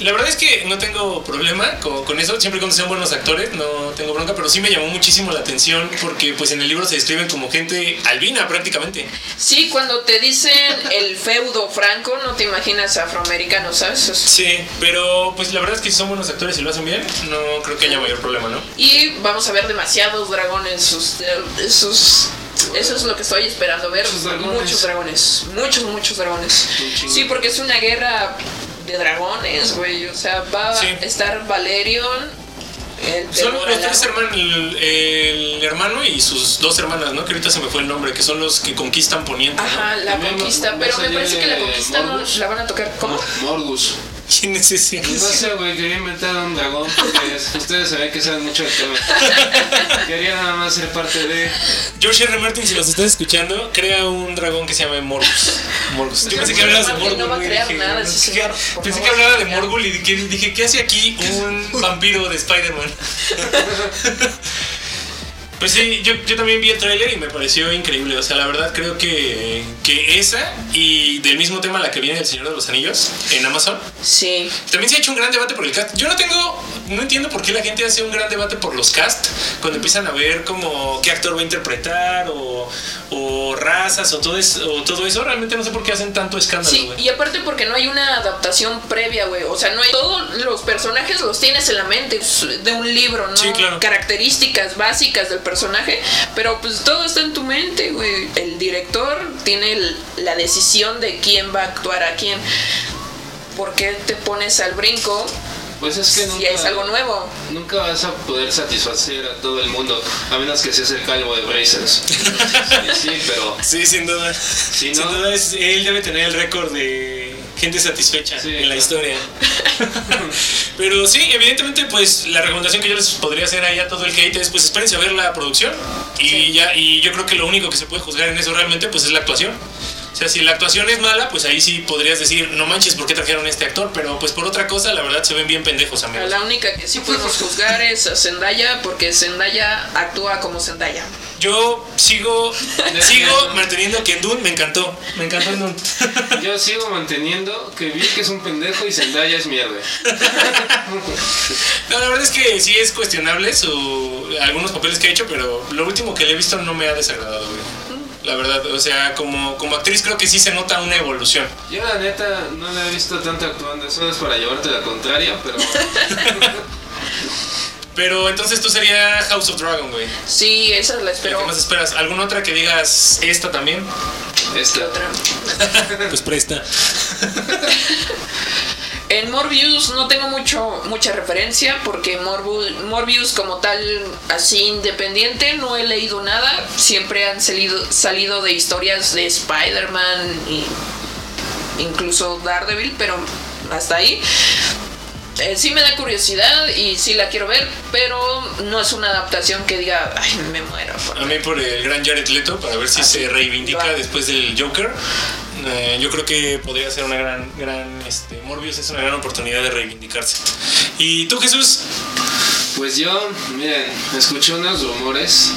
Speaker 2: La verdad es que no tengo problema con, con eso, siempre y cuando sean buenos actores, no tengo bronca, pero sí me llamó muchísimo la atención porque pues en el libro se describen como gente albina prácticamente.
Speaker 3: sí, cuando te dicen el feudo franco, no te imaginas afroamericano, ¿sabes? Es-
Speaker 2: Sí, pero pues la verdad es que si son buenos actores y lo hacen bien, no creo que haya mayor problema, ¿no?
Speaker 3: Y vamos a ver demasiados dragones, sus, eh, sus- eso es lo que estoy esperando ver,
Speaker 4: Sus dragones.
Speaker 3: muchos dragones, muchos, muchos dragones.
Speaker 4: Un chingo.
Speaker 3: Sí, porque es una guerra de dragones, güey, o sea, va
Speaker 2: Sí.
Speaker 3: a estar Valerion, el
Speaker 2: Son los
Speaker 3: Tenorala.
Speaker 2: tres hermanos, el, el hermano y sus dos hermanas, ¿no? Que ahorita se me fue el nombre, que son los que conquistan Poniente. ¿no?
Speaker 3: Ajá, la
Speaker 4: También va-
Speaker 3: conquista,
Speaker 4: va a
Speaker 3: pero me
Speaker 4: salir,
Speaker 3: parece que la
Speaker 4: eh,
Speaker 3: conquista no
Speaker 4: Morgus.
Speaker 3: la van a tocar, ¿cómo?
Speaker 4: Morgus.
Speaker 2: [laughs] ¿Quién es ese?
Speaker 4: No sé, güey, quería inventar un dragón porque es- ustedes se ven que saben mucho del tema.
Speaker 2: [laughs]
Speaker 4: Quería nada más ser parte de.
Speaker 2: George R. R. Martin, si los estás escuchando, crea un dragón que se llame Morgus. Morgus. Yo
Speaker 3: George
Speaker 2: pensé que
Speaker 3: R. R.
Speaker 2: hablabas de Morgul.
Speaker 3: Martin no va a
Speaker 2: güey,
Speaker 3: crear
Speaker 2: dije,
Speaker 3: nada,
Speaker 2: no
Speaker 3: sí,
Speaker 2: sé qué.
Speaker 3: señor, por
Speaker 2: Pensé que
Speaker 3: favor,
Speaker 2: hablaba de
Speaker 3: ya.
Speaker 2: Morgul y que- dije, ¿qué hace aquí un vampiro de [laughs] Spider-Man? Pues sí, yo, yo también vi el tráiler y me pareció increíble. O sea, la verdad creo que, que esa y del mismo tema la que viene El Señor de los Anillos en Amazon,
Speaker 3: Sí,
Speaker 2: también se ha hecho un gran debate por el cast. Yo no tengo, no entiendo por qué la gente hace un gran debate por los cast cuando empiezan a ver como qué actor va a interpretar o, o razas o todo, eso, o todo eso. Realmente no sé por qué hacen tanto escándalo,
Speaker 3: sí,
Speaker 2: güey.
Speaker 3: y aparte porque no hay una adaptación previa, güey, o sea, no hay, todos los personajes los tienes en la mente es de un libro, ¿no?
Speaker 2: Sí, claro.
Speaker 3: Características básicas del personaje, pero pues todo está en tu mente, güey. El director tiene el- la decisión de quién va a actuar a quién. ¿Por qué te pones al brinco
Speaker 4: Pues es que
Speaker 3: si
Speaker 4: nunca.
Speaker 3: es algo nuevo?
Speaker 4: Nunca vas a poder satisfacer a todo el mundo, a menos que seas el calvo de
Speaker 2: [laughs]
Speaker 4: Brazers. Sí, sí, pero.
Speaker 2: Sí, sin duda. Sin
Speaker 4: ¿no?
Speaker 2: duda, es- él debe tener el récord de gente satisfecha
Speaker 4: Sí,
Speaker 2: en la
Speaker 4: claro.
Speaker 2: historia. Pero sí, evidentemente, pues la recomendación que yo les podría hacer ahí a todo el que hate es, pues espérense a ver la producción. Y,
Speaker 3: Sí.
Speaker 2: ya, y yo creo que lo único que se puede juzgar en eso realmente, pues es la actuación. O sea, si la actuación es mala, pues ahí sí podrías decir, no manches, ¿por qué trajeron a este actor? Pero pues por otra cosa, la verdad se ven bien pendejos,
Speaker 3: Pero
Speaker 2: amigos.
Speaker 3: La única que sí podemos juzgar es a Zendaya porque Zendaya actúa como Zendaya.
Speaker 2: Yo sigo, sigo manteniendo que en Dune me encantó. Me encantó [laughs] en Dune.
Speaker 4: Yo sigo manteniendo que Vic es un pendejo y Zendaya es mierda.
Speaker 2: No, la verdad es que sí es cuestionable su, algunos papeles que ha hecho, pero lo último que le he visto no me ha desagradado, güey. La verdad, o sea, como, como actriz creo que sí se nota una evolución.
Speaker 4: Yo la neta no la he visto tanto actuando, eso no es para llevarte la contraria, pero
Speaker 2: Pero entonces tú sería House of Dragon, güey.
Speaker 3: Sí, esa la
Speaker 2: Pero...
Speaker 3: espero.
Speaker 2: ¿Qué más esperas? ¿Alguna otra que digas esta también?
Speaker 4: esta.
Speaker 3: Otra.
Speaker 2: Pues presta.
Speaker 3: En Morbius no tengo mucho, mucha referencia porque Morbu- Morbius como tal, así independiente, no he leído nada. Siempre han salido, salido de historias de Spider-Man e incluso Daredevil, pero hasta ahí. Eh, sí me da curiosidad y sí la quiero ver, pero no es una adaptación que diga, ay, me muero. por
Speaker 2: A mí por el gran Jared Leto, para ver si se reivindica
Speaker 3: Claro.
Speaker 2: después del Joker. Eh, yo creo que podría ser una gran, gran, este, Morbius es una gran oportunidad de reivindicarse. ¿Y tú, Jesús?
Speaker 4: Pues yo, miren, escuché unos rumores,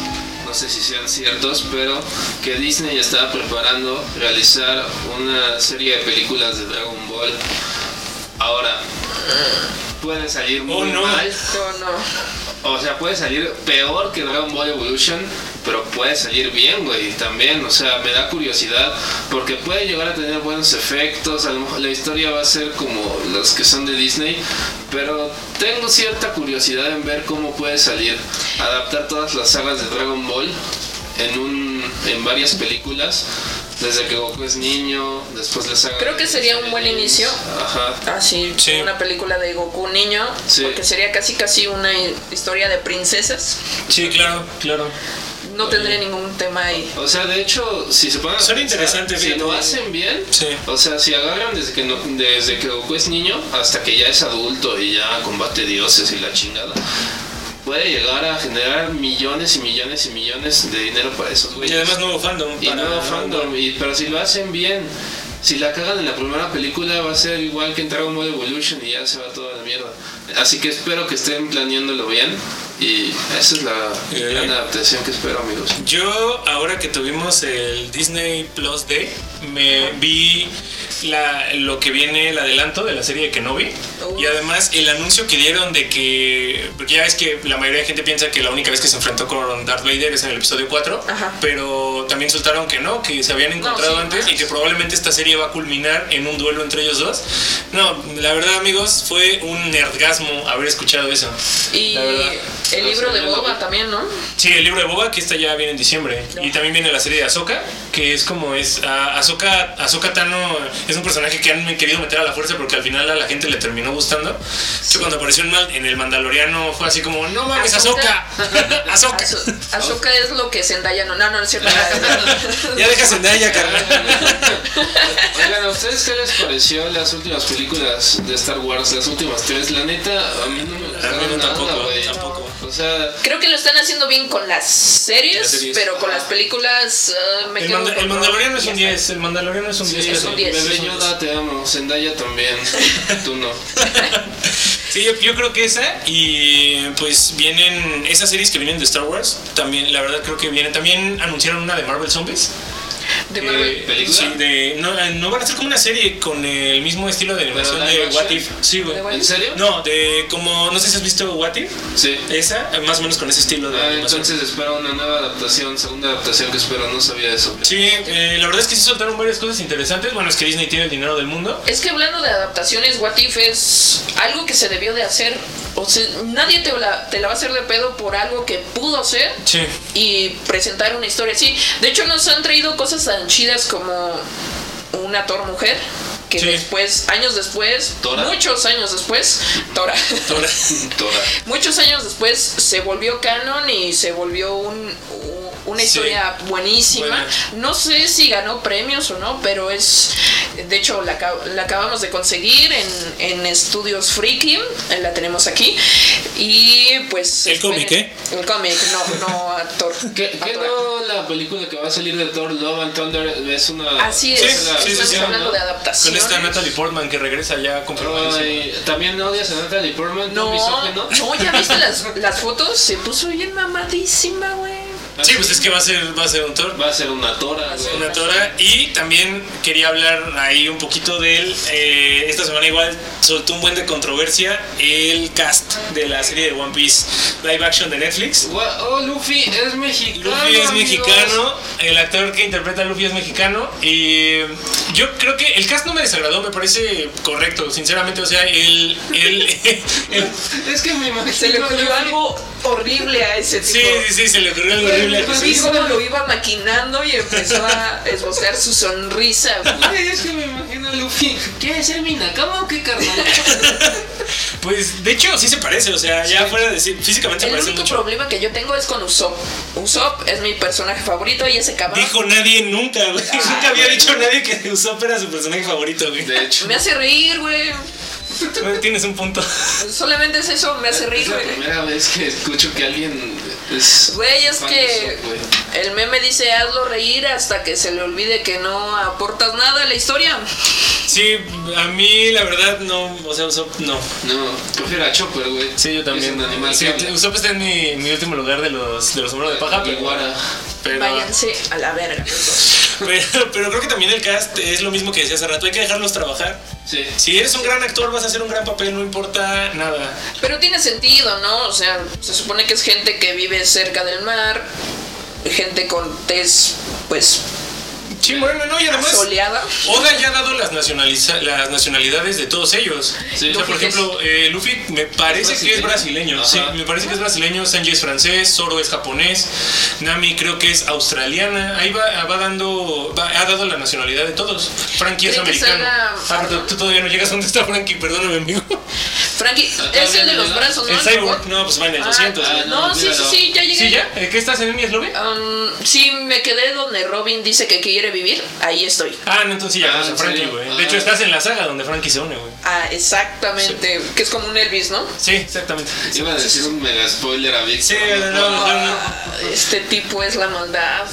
Speaker 4: no sé si sean ciertos, pero que Disney estaba preparando realizar una serie de películas de Dragon Ball. Ahora, pueden salir muy
Speaker 2: Oh, no.
Speaker 4: mal,
Speaker 3: No, no.
Speaker 4: o sea, puede salir peor que Dragon Ball Evolution, pero puede salir bien, güey, también. O sea, me da curiosidad porque puede llegar a tener buenos efectos. A lo mejor la historia va a ser como las que son de Disney, pero tengo cierta curiosidad en ver cómo puede salir. Adaptar todas las sagas de Dragon Ball en, un, en varias películas. Desde que Goku es niño, después la saga.
Speaker 3: Creo que
Speaker 4: de
Speaker 3: sería un buen
Speaker 4: Saiyajins.
Speaker 3: inicio.
Speaker 4: Ajá.
Speaker 3: Así,
Speaker 2: Sí.
Speaker 3: Ah, una película de Goku niño,
Speaker 4: Sí.
Speaker 3: porque sería casi casi una hi- historia de princesas.
Speaker 2: Sí, claro, claro.
Speaker 3: No tendría ningún tema ahí.
Speaker 4: O sea, de hecho, si se ponen a
Speaker 2: Suena
Speaker 4: pensar,
Speaker 2: interesante,
Speaker 4: si
Speaker 2: fíjate.
Speaker 4: lo hacen bien,
Speaker 2: Sí.
Speaker 4: o sea, si agarran desde que, no- desde que Goku es niño hasta que ya es adulto y ya combate dioses y la chingada, puede llegar a generar millones y millones y millones de dinero para esos
Speaker 2: Y
Speaker 4: güeyes.
Speaker 2: además nuevo fandom.
Speaker 4: Y
Speaker 2: para-
Speaker 4: nuevo fandom, y- pero si lo hacen bien, si la cagan en la primera película va a ser igual que en Dragon Ball Evolution y ya se va toda la mierda. Así que espero que estén planeándolo bien y esa es la
Speaker 2: Eh.
Speaker 4: gran adaptación que espero amigos.
Speaker 2: Yo, ahora que tuvimos el Disney Plus Day, me vi la, lo que viene el adelanto de la serie de Kenobi.
Speaker 3: Oh.
Speaker 2: Y además el anuncio que dieron de que. Porque ya es que la mayoría de gente piensa que la única vez que se enfrentó con Darth Vader es en el episodio 4.
Speaker 3: Ajá.
Speaker 2: Pero también soltaron que no, que se habían encontrado
Speaker 3: sí,
Speaker 2: antes
Speaker 3: más.
Speaker 2: y que probablemente esta serie va a culminar en un duelo entre ellos dos. No, la verdad, amigos, fue un nerdgasmo haber escuchado eso.
Speaker 3: Y
Speaker 2: La verdad.
Speaker 3: el
Speaker 4: No,
Speaker 3: libro
Speaker 4: sí,
Speaker 3: de
Speaker 4: yo no
Speaker 3: Boba
Speaker 4: vi.
Speaker 3: también, ¿no?
Speaker 2: Sí, el libro de Boba, que esta ya viene en diciembre. Y también viene la serie de Ahsoka, que es como es. a- Ahsoka, Ahsoka Tano es un personaje que han querido meter a la fuerza porque al final a la gente le terminó gustando. Yo cuando apareció en, Mal- en el Mandaloriano fue así como: ¡No mames, Ahsoka!
Speaker 3: Ahsoka. [laughs]
Speaker 2: ¡Ahsoka!
Speaker 3: Azo- Azoka es lo que Zendaya no. No, no, no es cierto.
Speaker 2: Ah,
Speaker 3: [laughs]
Speaker 2: Ya dejas en ella, carnal.
Speaker 4: [laughs] Oigan, ¿a ustedes qué les pareció las últimas películas de Star Wars? Las últimas tres, la neta, a mí no me
Speaker 2: A mí
Speaker 4: gustaron
Speaker 2: no
Speaker 4: nada,
Speaker 2: tampoco,
Speaker 4: güey.
Speaker 2: tampoco.
Speaker 4: O sea,
Speaker 3: Creo que lo están haciendo bien con las series,
Speaker 2: Las series. Ah.
Speaker 3: pero con las películas eh, me
Speaker 2: El,
Speaker 3: quedo
Speaker 2: Manda-
Speaker 3: con-
Speaker 2: el Mandaloriano es un 10, el Mandaloriano es un
Speaker 4: sí,
Speaker 2: 10.
Speaker 3: es un
Speaker 2: pero-
Speaker 3: 10.
Speaker 4: bebé Yoda te amo,
Speaker 2: [laughs]
Speaker 4: Zendaya también, tú no.
Speaker 2: Sí, yo, yo creo que esa y pues vienen esas series que vienen de Star Wars, también la verdad creo que vienen, también anunciaron una de Marvel Zombies.
Speaker 3: de
Speaker 2: Eh,
Speaker 3: Marvel.
Speaker 4: ¿Película?
Speaker 2: sí, de- no, eh, no van a ser como una serie con el mismo estilo de animación
Speaker 4: live
Speaker 2: de
Speaker 4: action?
Speaker 2: What If. Sí, güey.
Speaker 3: ¿De What
Speaker 4: ¿En serio?
Speaker 2: No, de como, no sé si has visto What If,
Speaker 4: Sí.
Speaker 2: esa, eh, más o menos con ese estilo de
Speaker 4: Ah,
Speaker 2: animación.
Speaker 4: entonces espero una nueva adaptación, segunda adaptación que espero, no sabía eso.
Speaker 2: Sí, eh, la verdad es que sí soltaron varias cosas interesantes. Bueno, es que Disney tiene el dinero del mundo.
Speaker 3: Es que hablando de adaptaciones, What If es algo que se debió de hacer. O sea, nadie te la, te la va a hacer de pedo por algo que pudo ser
Speaker 2: Sí.
Speaker 3: y presentar una historia así. De hecho, nos han traído cosas tan chidas como un actor mujer. Que
Speaker 2: Sí.
Speaker 3: después, años después,
Speaker 4: ¿Tora?
Speaker 3: muchos años después, Tora,
Speaker 2: Ahora,
Speaker 4: [laughs] Toda.
Speaker 3: muchos años después se volvió canon y se volvió un- u- una
Speaker 2: Sí.
Speaker 3: historia buenísima.
Speaker 2: Buena.
Speaker 3: No sé si ganó premios o no, pero es. De hecho, la, acab- la acabamos de conseguir en, en Estudios Freaky. eh, La tenemos aquí. Y pues.
Speaker 2: El cómic, eh?
Speaker 3: esperen- El cómic, no, no actor.
Speaker 4: [laughs] ¿Qué, qué
Speaker 3: actora.
Speaker 4: no la película que va a salir de Thor Love and Thunder es una...
Speaker 3: Así es,
Speaker 2: Sí, sí, sí,
Speaker 3: estamos
Speaker 2: sí,
Speaker 3: hablando
Speaker 4: ¿no?
Speaker 3: de
Speaker 2: con
Speaker 3: adaptaciones.
Speaker 2: esta Natalie Portman que regresa ya con permanencia.
Speaker 4: Ay, eh, ¿También odias a Natalie Portman?
Speaker 3: no,
Speaker 4: misógino?
Speaker 3: no, ya viste las, las fotos, se puso bien mamadísima, güey.
Speaker 2: Sí, pues es que va a ser, va a ser un Thor.
Speaker 4: Va a ser una tora,
Speaker 3: ser
Speaker 4: güey.
Speaker 2: Una tora. Y también quería hablar ahí un poquito de él. Eh, esta semana igual soltó un buen de controversia el cast de la serie de One Piece live action de Netflix.
Speaker 4: Gua- Oh, Luffy es mexicano.
Speaker 2: Luffy es
Speaker 4: amigos.
Speaker 2: mexicano, el actor que interpreta a Luffy es mexicano y yo creo que el cast no me desagradó, me parece correcto, sinceramente, o sea, el... el, [laughs] el-
Speaker 4: Es que me imagino.
Speaker 3: Se le ocurrió
Speaker 4: Luffy-
Speaker 3: algo horrible a ese tipo.
Speaker 2: sí, sí, sí, se le ocurrió algo
Speaker 4: Güey,
Speaker 2: la que
Speaker 3: Su
Speaker 2: se
Speaker 3: hijo
Speaker 2: hizo.
Speaker 3: lo iba maquinando y empezó a esbozar su sonrisa.
Speaker 4: [laughs] Ay, es que me imagino a Luffy. ¿Quieres ser mi Nakama o qué, carnal?
Speaker 2: Pues de hecho sí se parece, o sea, ya fuera de sí, físicamente se
Speaker 3: El
Speaker 2: parece
Speaker 3: único
Speaker 2: mucho.
Speaker 3: problema que yo tengo es con Usopp. Usopp es mi personaje favorito y ese cabrón
Speaker 2: Dijo nadie nunca, güey.
Speaker 4: Ah,
Speaker 2: nunca había dicho nadie que Usopp era su personaje favorito, güey.
Speaker 4: De hecho,
Speaker 3: me hace reír, güey.
Speaker 2: Bueno, Tienes un punto.
Speaker 3: Solamente es eso, me hace reír,
Speaker 4: es la
Speaker 3: güey.
Speaker 4: primera vez que escucho que alguien es.
Speaker 3: Güey, es
Speaker 4: fan
Speaker 3: que
Speaker 4: de Usopp, güey.
Speaker 3: el meme dice hazlo reír hasta que se le olvide que no aportas nada a la historia.
Speaker 2: Sí, a mí la verdad no, o sea, Usopp no.
Speaker 4: No, prefiero a Chopper, güey.
Speaker 2: Sí, yo también.
Speaker 4: Es un animal
Speaker 2: Sí,
Speaker 4: que habla.
Speaker 2: Usopp está en mi, mi último lugar de los, de los hombros de paja, pero,
Speaker 4: Iguara.
Speaker 2: pero,
Speaker 3: Váyanse a la verga. los dos.
Speaker 2: [laughs] pero, pero creo que también el cast es lo mismo que decía hace rato, hay que dejarlos trabajar.
Speaker 4: Sí.
Speaker 2: Si eres un gran actor vas a hacer un gran papel, no importa nada.
Speaker 3: Pero tiene sentido, ¿no? O sea, se supone que es gente que vive cerca del mar, gente con tez, pues,
Speaker 2: Sí, bueno, no, y además...
Speaker 3: soleada.
Speaker 2: Oda ya ha dado las, nacionaliza- las nacionalidades de todos ellos.
Speaker 4: Sí.
Speaker 2: O sea, por
Speaker 3: Luffy es-
Speaker 2: ejemplo, eh, Luffy me parece
Speaker 4: Es
Speaker 2: que es
Speaker 4: brasileño.
Speaker 2: brasileño. Sí,
Speaker 4: Ajá.
Speaker 2: me parece que es brasileño. Sanji es francés, Zoro es japonés, Nami creo que es australiana. Ahí va, va dando, va- ha dado la nacionalidad de todos. Frankie es
Speaker 3: ¿Creen que
Speaker 2: americano.
Speaker 3: salga-
Speaker 2: Ah, pero tú todavía no llegas. ¿Dónde está Frankie? Perdóname, amigo.
Speaker 3: Frankie, es el de los brazos, Ah, ¿no?
Speaker 2: El cyborg. No, pues va en el
Speaker 3: Ah,
Speaker 2: 200.
Speaker 4: ah,
Speaker 3: no, sí, sí, sí, ya llegué.
Speaker 2: ¿Sí ya? ¿Eh, ¿Qué estás en mi eslobe?
Speaker 3: Um, sí, me quedé donde Robin dice que quiere vivir. Ahí estoy.
Speaker 2: Ah, no, entonces sí ya
Speaker 4: Ah,
Speaker 2: conoces a
Speaker 4: ¿en
Speaker 2: Frankie,
Speaker 4: serio?
Speaker 2: güey.
Speaker 4: Ah.
Speaker 2: De hecho, estás en la saga donde Frankie se une, güey.
Speaker 3: Ah, exactamente. Que es como un Elvis, ¿no?
Speaker 2: Sí, exactamente.
Speaker 4: Iba a decir un mega spoiler a Vic.
Speaker 2: Sí, no, no, no, no.
Speaker 3: Ah, este tipo es la maldad.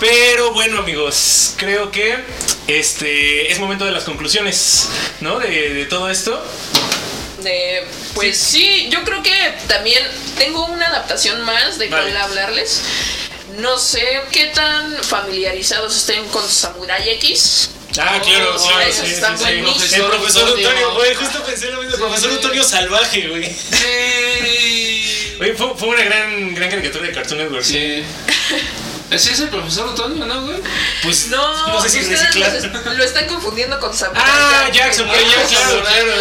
Speaker 2: Pero bueno, amigos, creo que este es momento de las conclusiones, ¿no? De, de todo esto.
Speaker 3: De- pues sí. yo creo que también tengo una adaptación más de
Speaker 2: Vale.
Speaker 3: cuál hablarles. No sé qué tan familiarizados estén con Samurai X.
Speaker 2: Ah, claro,
Speaker 3: Oh,
Speaker 2: claro,
Speaker 3: eso
Speaker 2: sí, sí,
Speaker 3: está
Speaker 2: sí.
Speaker 3: buenísimo.
Speaker 2: El profesor
Speaker 4: Antonio.
Speaker 2: Antonio, güey, justo pensé lo mismo, el
Speaker 4: Sí,
Speaker 2: profesor
Speaker 4: sí.
Speaker 2: Antonio salvaje, güey.
Speaker 4: Sí.
Speaker 2: Oye, fue, fue una gran, gran caricatura de Cartoon Network.
Speaker 4: Sí. Ese es el profesor Otoño, ¿no, güey?
Speaker 2: Pues
Speaker 3: No,
Speaker 2: no, sé si
Speaker 3: ustedes
Speaker 2: reciclar.
Speaker 3: los est- lo están confundiendo con Samurai
Speaker 2: Ah,
Speaker 3: Jack.
Speaker 2: Jackson, güey, ya, claro, claro.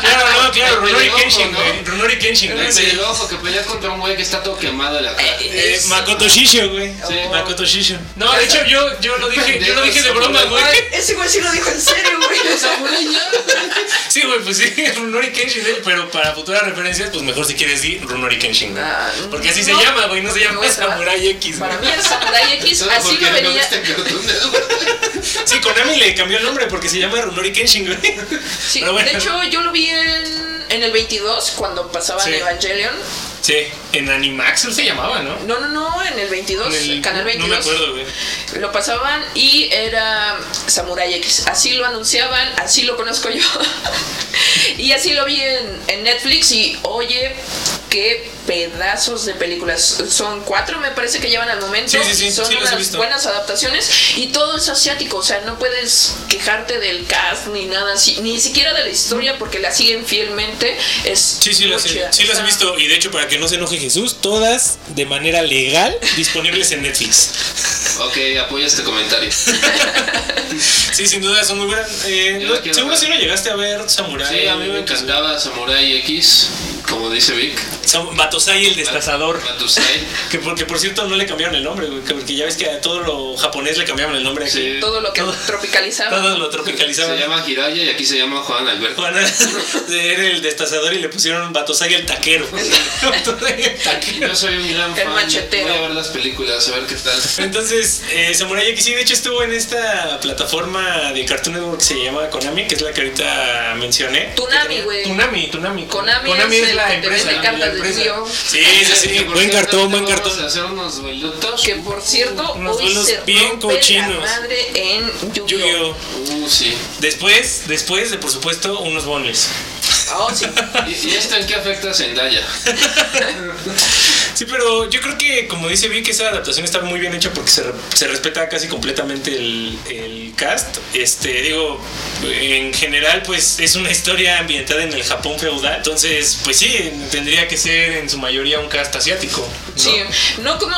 Speaker 2: Claro, no, claro,
Speaker 4: El
Speaker 2: Ronori
Speaker 4: pelirrojo,
Speaker 2: Kenshin,
Speaker 4: ¿no?
Speaker 2: güey. Ronori Kenshin, güey.
Speaker 4: El
Speaker 2: sí.
Speaker 4: pelirrojo que pelea contra un güey que está todo quemado de la cara.
Speaker 2: Eh,
Speaker 3: Es-
Speaker 2: Makoto Shisho, güey.
Speaker 4: Sí.
Speaker 2: Makoto Shisho. No, de hecho, yo, yo lo dije, yo lo dije de broma, güey.
Speaker 3: Ay, ese güey sí lo dijo en serio, güey.
Speaker 2: [laughs] Sí, güey, pues sí, [laughs] Runori Kenshin, eh, pero para futuras referencias, pues mejor si quieres di Runori Kenshin, güey.
Speaker 3: Ah,
Speaker 2: Porque así se
Speaker 3: no.
Speaker 2: llama, güey, no se llama
Speaker 3: No,
Speaker 2: Samurai X, güey.
Speaker 3: Para mí el Samurai X
Speaker 4: Solo
Speaker 3: así
Speaker 4: porque
Speaker 3: lo
Speaker 4: no
Speaker 3: venía.
Speaker 4: viste
Speaker 3: [laughs]
Speaker 4: Cartoon Network.
Speaker 2: Sí, Konami le cambió el nombre porque se llama Runori Kenshin, güey.
Speaker 3: Sí,
Speaker 2: Pero bueno.
Speaker 3: De hecho, yo lo vi en, en el 22 cuando pasaban
Speaker 2: Sí.
Speaker 3: Evangelion.
Speaker 2: Sí, en Animax se llamaba, ¿no?
Speaker 3: No, no, no, en el 22,
Speaker 2: En
Speaker 3: el, canal 22.
Speaker 2: No me acuerdo, güey.
Speaker 3: Lo pasaban y era Samurai X. Así lo anunciaban, así lo conozco yo. [laughs] y así lo vi en, en Netflix y oye, qué pedazos de películas. Son cuatro, me parece que llevan al momento.
Speaker 2: Sí, sí, sí,
Speaker 3: y son
Speaker 2: sí, los he
Speaker 3: unas
Speaker 2: visto.
Speaker 3: buenas adaptaciones y todo es asiático. O sea, no puedes quejarte del cast ni nada así, ni siquiera de la historia porque la siguen fielmente. Es
Speaker 2: Sí, sí,
Speaker 3: muy
Speaker 2: las,
Speaker 3: chida.
Speaker 2: sí las he
Speaker 3: Está-
Speaker 2: visto. Y de hecho, para que no se enoje Jesús, todas de manera legal disponibles en Netflix.
Speaker 4: Ok, apoya este comentario.
Speaker 2: Sí, sin duda, son muy buenas. Eh,
Speaker 4: Yo
Speaker 2: no-
Speaker 4: la quiero
Speaker 2: seguro
Speaker 4: ver.
Speaker 2: si no llegaste a ver Samurai.
Speaker 4: Sí, a mí me encantaba Samurai X, como dice Vic.
Speaker 2: Sam- Batosai el destazador.
Speaker 4: Matusai.
Speaker 2: Que porque por cierto no le cambiaron el nombre, güey, que porque ya ves que a todo lo japonés le cambiaban el nombre aquí.
Speaker 4: Sí.
Speaker 3: Todo lo que tropicalizaba.
Speaker 2: Todo lo
Speaker 4: Se
Speaker 2: tropicalizaban.
Speaker 4: llama Hiraya y aquí se llama Juan
Speaker 2: [laughs]
Speaker 4: Alberto.
Speaker 2: Juan era el destazador y le pusieron Batosai el [laughs] taquero. Batosai el taquero.
Speaker 4: Yo soy un gran
Speaker 3: El
Speaker 4: fan.
Speaker 3: machetero.
Speaker 4: Voy a ver las películas, a ver qué tal.
Speaker 2: Entonces, eh, Samurai X, sí, de hecho estuvo en esta plataforma de Cartoon Network que se llama Konami, que es la que ahorita mencioné.
Speaker 3: Tunami, güey.
Speaker 2: Tunami, Tunami.
Speaker 3: Konami es el que te vende cartas de tío.
Speaker 2: Sí, sí, sí.
Speaker 4: Que por
Speaker 2: Buen
Speaker 4: cierto,
Speaker 2: cartón, buen
Speaker 4: ahorita vamos
Speaker 2: cartón.
Speaker 4: a hacer unos duelutos.
Speaker 3: Que por cierto,
Speaker 2: Unos
Speaker 3: hoy
Speaker 2: duelos
Speaker 3: se
Speaker 2: bien
Speaker 3: rompe
Speaker 2: cochinos.
Speaker 3: la madre en Yu-Gi-Oh!
Speaker 2: Yu-Gi-Oh!
Speaker 4: Uh, sí.
Speaker 2: Después, después de por supuesto, unos bonles.
Speaker 3: Oh,
Speaker 2: [laughs]
Speaker 3: sí.
Speaker 4: ¿Y, y esto en qué afecta a Zendaya?
Speaker 2: Sí, pero yo creo que, como dice Vic, esa adaptación está muy bien hecha porque se, re- se respeta casi completamente el, el cast. Este, digo, en general, pues es una historia ambientada en el Japón feudal. Entonces, pues sí, tendría que ser en su mayoría un cast asiático. ¿no?
Speaker 3: Sí, no como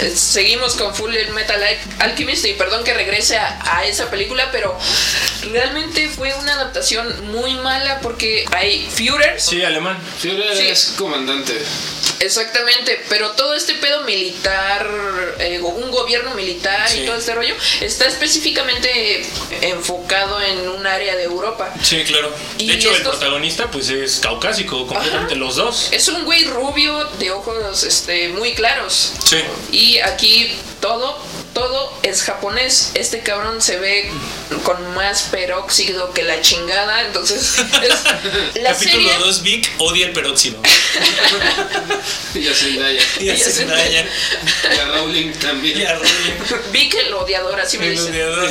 Speaker 3: eh, seguimos con Full Metal Alchemist y perdón que regrese a, a esa película, pero realmente fue una adaptación muy mala porque hay Führers,
Speaker 2: Sí, alemán.
Speaker 4: Führer
Speaker 3: Sí.
Speaker 4: es comandante.
Speaker 3: Exactamente, pero todo este pedo militar, eh, un gobierno militar
Speaker 2: Sí.
Speaker 3: y todo este rollo, está específicamente enfocado en un área de Europa.
Speaker 2: Sí, claro.
Speaker 3: Y
Speaker 2: De hecho, el
Speaker 3: estos-
Speaker 2: protagonista pues es caucásico, completamente
Speaker 3: Ajá.
Speaker 2: los dos.
Speaker 3: Es un güey rubio de ojos este, muy claros.
Speaker 2: Sí.
Speaker 3: Y aquí todo, todo es japonés. Este cabrón se ve con más peróxido que la chingada. Entonces, [laughs] es- la
Speaker 2: Capítulo
Speaker 3: serie.
Speaker 2: 2, Vic odia el
Speaker 3: [laughs]
Speaker 2: peróxido.
Speaker 4: Y a Zendaya.
Speaker 2: Y a
Speaker 3: Y a
Speaker 2: Zendaya,
Speaker 4: Y a Rowling
Speaker 2: y
Speaker 4: también.
Speaker 2: a
Speaker 3: [laughs]
Speaker 2: Rubio,
Speaker 3: Vi que el odiador, así me
Speaker 2: el
Speaker 3: dicen.
Speaker 2: odiador.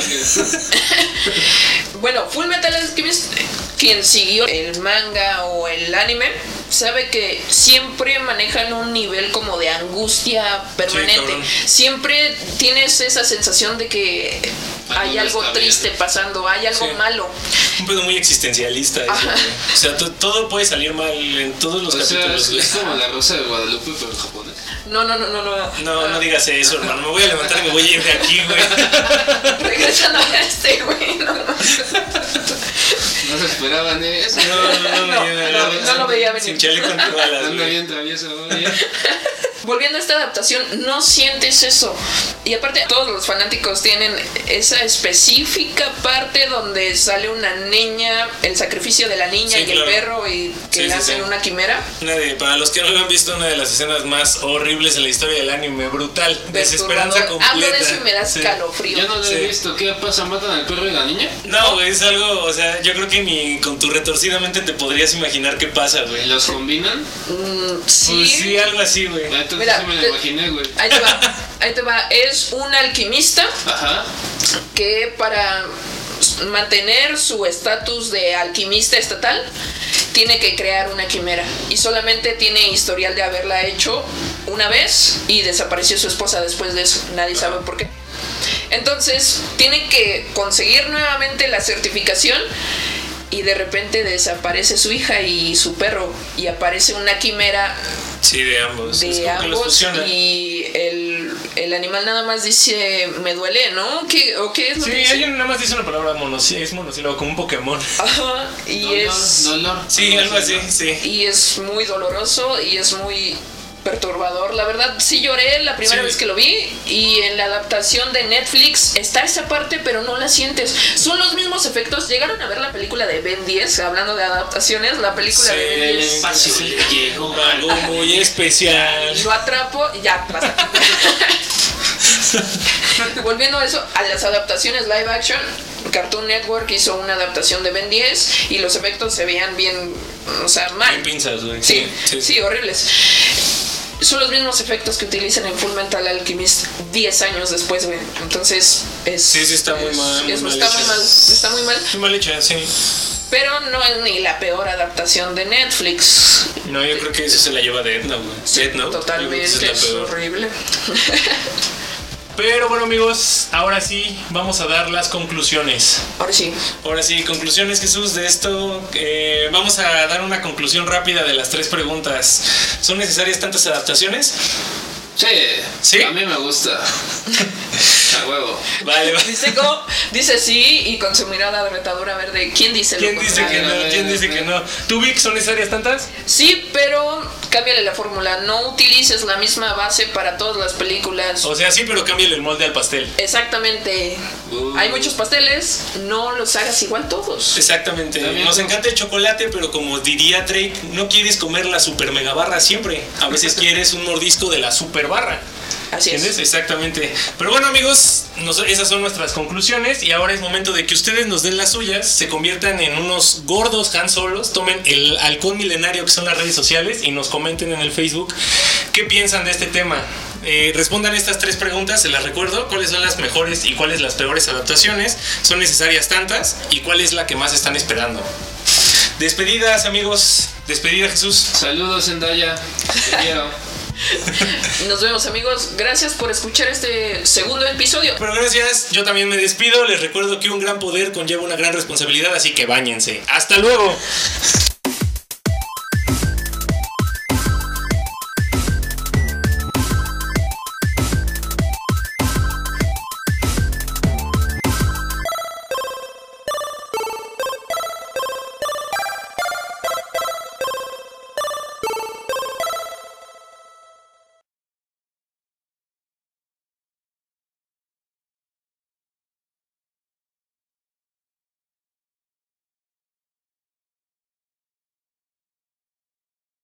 Speaker 3: Bueno, Full Metal Alchemist, quien siguió el manga o el anime, sabe que siempre manejan un nivel como de angustia permanente.
Speaker 2: cabrón.
Speaker 3: siempre tienes esa sensación de que
Speaker 4: Algo
Speaker 3: hay
Speaker 4: no
Speaker 3: algo
Speaker 4: está bien.
Speaker 3: triste pasando, hay algo
Speaker 2: Sí.
Speaker 3: malo.
Speaker 2: Un pedo muy existencialista. eso,
Speaker 3: Ajá.
Speaker 2: güey. o sea, to- todo puede salir mal en todos los
Speaker 4: O sea,
Speaker 2: capítulos.
Speaker 4: es,
Speaker 2: güey.
Speaker 4: es como la rosa de Guadalupe, pero en japonés.
Speaker 3: No, no, no, no, no.
Speaker 2: No, no
Speaker 3: Ah,
Speaker 2: digas eso, hermano. Me voy a levantar y me voy a ir de aquí, güey.
Speaker 3: [laughs] Regresando a este, güey. No,
Speaker 4: No se esperaban, ¿eh? Eso
Speaker 2: No, no,
Speaker 3: No,
Speaker 2: ya,
Speaker 3: no,
Speaker 2: ya,
Speaker 3: no lo veía venir.
Speaker 2: Sin chaleco en
Speaker 4: [laughs]
Speaker 2: balas,
Speaker 4: Anda
Speaker 2: güey.
Speaker 4: bien travieso, güey.
Speaker 3: Volviendo a esta adaptación, no sientes eso. Y aparte, todos los fanáticos tienen esa específica parte donde sale una niña, el sacrificio de la niña
Speaker 2: Sí,
Speaker 3: y
Speaker 2: claro.
Speaker 3: el perro y
Speaker 2: Sí,
Speaker 3: que le
Speaker 2: sí,
Speaker 3: hacen
Speaker 2: sí.
Speaker 3: una quimera.
Speaker 2: Una de- para los que no lo han visto, una de las escenas más horribles en la historia del anime. Brutal. Desesperanza completa.
Speaker 3: Perturbador. Hablo de Ah, eso y me das
Speaker 2: Sí.
Speaker 3: calofrío.
Speaker 4: Yo no lo
Speaker 2: Sí.
Speaker 4: he visto. ¿Qué pasa? ¿Matan al perro y la niña?
Speaker 2: No, güey, es algo, o sea, yo creo que ni con tu retorcida mente te podrías imaginar qué pasa, güey.
Speaker 4: ¿Los combinan?
Speaker 3: Mm,
Speaker 2: Pues sí, algo así, güey.
Speaker 4: Ah, Entonces
Speaker 3: Mira,
Speaker 4: sí me lo
Speaker 3: te-
Speaker 4: imaginé, güey.
Speaker 3: Ahí te va, ahí te va. Es un alquimista
Speaker 4: Ajá.
Speaker 3: que para mantener su estatus de alquimista estatal tiene que crear una quimera y solamente tiene historial de haberla hecho una vez y desapareció su esposa después de eso, nadie sabe por qué. Entonces tiene que conseguir nuevamente la certificación y de repente desaparece su hija y su perro y aparece una quimera
Speaker 2: Sí, de ambos. es
Speaker 3: de
Speaker 2: como que los
Speaker 3: ambos
Speaker 2: fusiona.
Speaker 3: y el, el animal nada más dice me duele, ¿no? ¿Qué, ¿O qué es lo
Speaker 2: Sí,
Speaker 3: que dice?
Speaker 2: alguien nada más dice una palabra monosí, es monosílabo, como un Pokémon.
Speaker 3: Ajá, y
Speaker 4: Dolor,
Speaker 3: es
Speaker 4: Dolor.
Speaker 2: Sí, algo así, sí.
Speaker 3: y es muy doloroso y es muy perturbador. La verdad sí lloré la primera
Speaker 2: Sí.
Speaker 3: vez que lo vi y en la adaptación de Netflix está esa parte, pero no la sientes. Son los mismos efectos. Llegaron a ver la película de Ben 10, hablando de adaptaciones, la película de Ben 10.
Speaker 4: espacio Ah, le llegó
Speaker 2: algo muy especial.
Speaker 3: Lo atrapo y ya
Speaker 2: [laughs]
Speaker 3: pasa. Volviendo a eso, a las adaptaciones live action, Cartoon Network hizo una adaptación de Ben 10 y los efectos se veían bien, o sea, mal.
Speaker 2: Bien pinzas, güey.
Speaker 3: Sí, sí, horribles. Son los mismos efectos que utilizan en Full Metal Alchemist 10 años después, güey. Entonces, es.
Speaker 2: Sí, sí, está muy
Speaker 3: es-
Speaker 2: mal, muy
Speaker 3: es-
Speaker 2: mal
Speaker 3: está, muy
Speaker 2: hecho.
Speaker 3: mal, está muy mal.
Speaker 2: Muy mal hecha, sí.
Speaker 3: Pero no es ni la peor adaptación de Netflix.
Speaker 2: No, yo creo que eso se la lleva de Edna, güey. Death Note, yo creo que
Speaker 3: Totalmente,
Speaker 2: esa
Speaker 3: es,
Speaker 2: es la peor.
Speaker 3: horrible. [laughs]
Speaker 2: Pero bueno, amigos, ahora sí vamos a dar las conclusiones.
Speaker 3: Ahora sí.
Speaker 2: Ahora sí, conclusiones Jesús de esto. Eh, vamos a dar una conclusión rápida de las tres preguntas. ¿Son necesarias tantas adaptaciones?
Speaker 4: Sí.
Speaker 2: ¿Sí?
Speaker 4: A mí
Speaker 2: [laughs]
Speaker 4: me gusta. A huevo.
Speaker 2: Vale, [laughs] vale.
Speaker 3: Dice, go, dice sí y con su mirada de retadora verde. ¿Quién dice lo
Speaker 2: ¿Quién dice que
Speaker 3: contrario?
Speaker 2: no? ¿Quién dice que no? ¿Tú, Vic, son necesarias tantas?
Speaker 3: Sí, pero cámbiale la fórmula. No utilices la misma base para todas las películas.
Speaker 2: O sea, sí, pero cámbiale el molde al pastel.
Speaker 3: Exactamente.
Speaker 4: Uh.
Speaker 3: Hay muchos pasteles, no los hagas igual todos.
Speaker 2: Exactamente.
Speaker 4: También
Speaker 2: Nos
Speaker 4: no.
Speaker 2: encanta el chocolate, pero como diría Drake, no quieres comer la super mega barra siempre. A veces quieres un mordisco de la super barra.
Speaker 3: Así
Speaker 2: ¿Entiendes?
Speaker 3: es.
Speaker 2: Exactamente. Pero bueno, amigos, nos- esas son nuestras conclusiones y ahora es momento de que ustedes nos den las suyas, se conviertan en unos gordos Han Solos, tomen el halcón milenario que son las redes sociales y nos comenten en el Facebook qué piensan de este tema. Eh, respondan estas tres preguntas, se las recuerdo, cuáles son las mejores y cuáles las peores adaptaciones, son necesarias tantas y cuál es la que más están esperando. Despedidas, amigos. Despedida, Jesús.
Speaker 4: Saludos, Zendaya. Te quiero.
Speaker 3: Nos vemos amigos. Gracias por escuchar este segundo episodio.
Speaker 2: Pero gracias, yo también me despido. Les recuerdo que un gran poder conlleva una gran responsabilidad, así que báñense. ¡Hasta luego!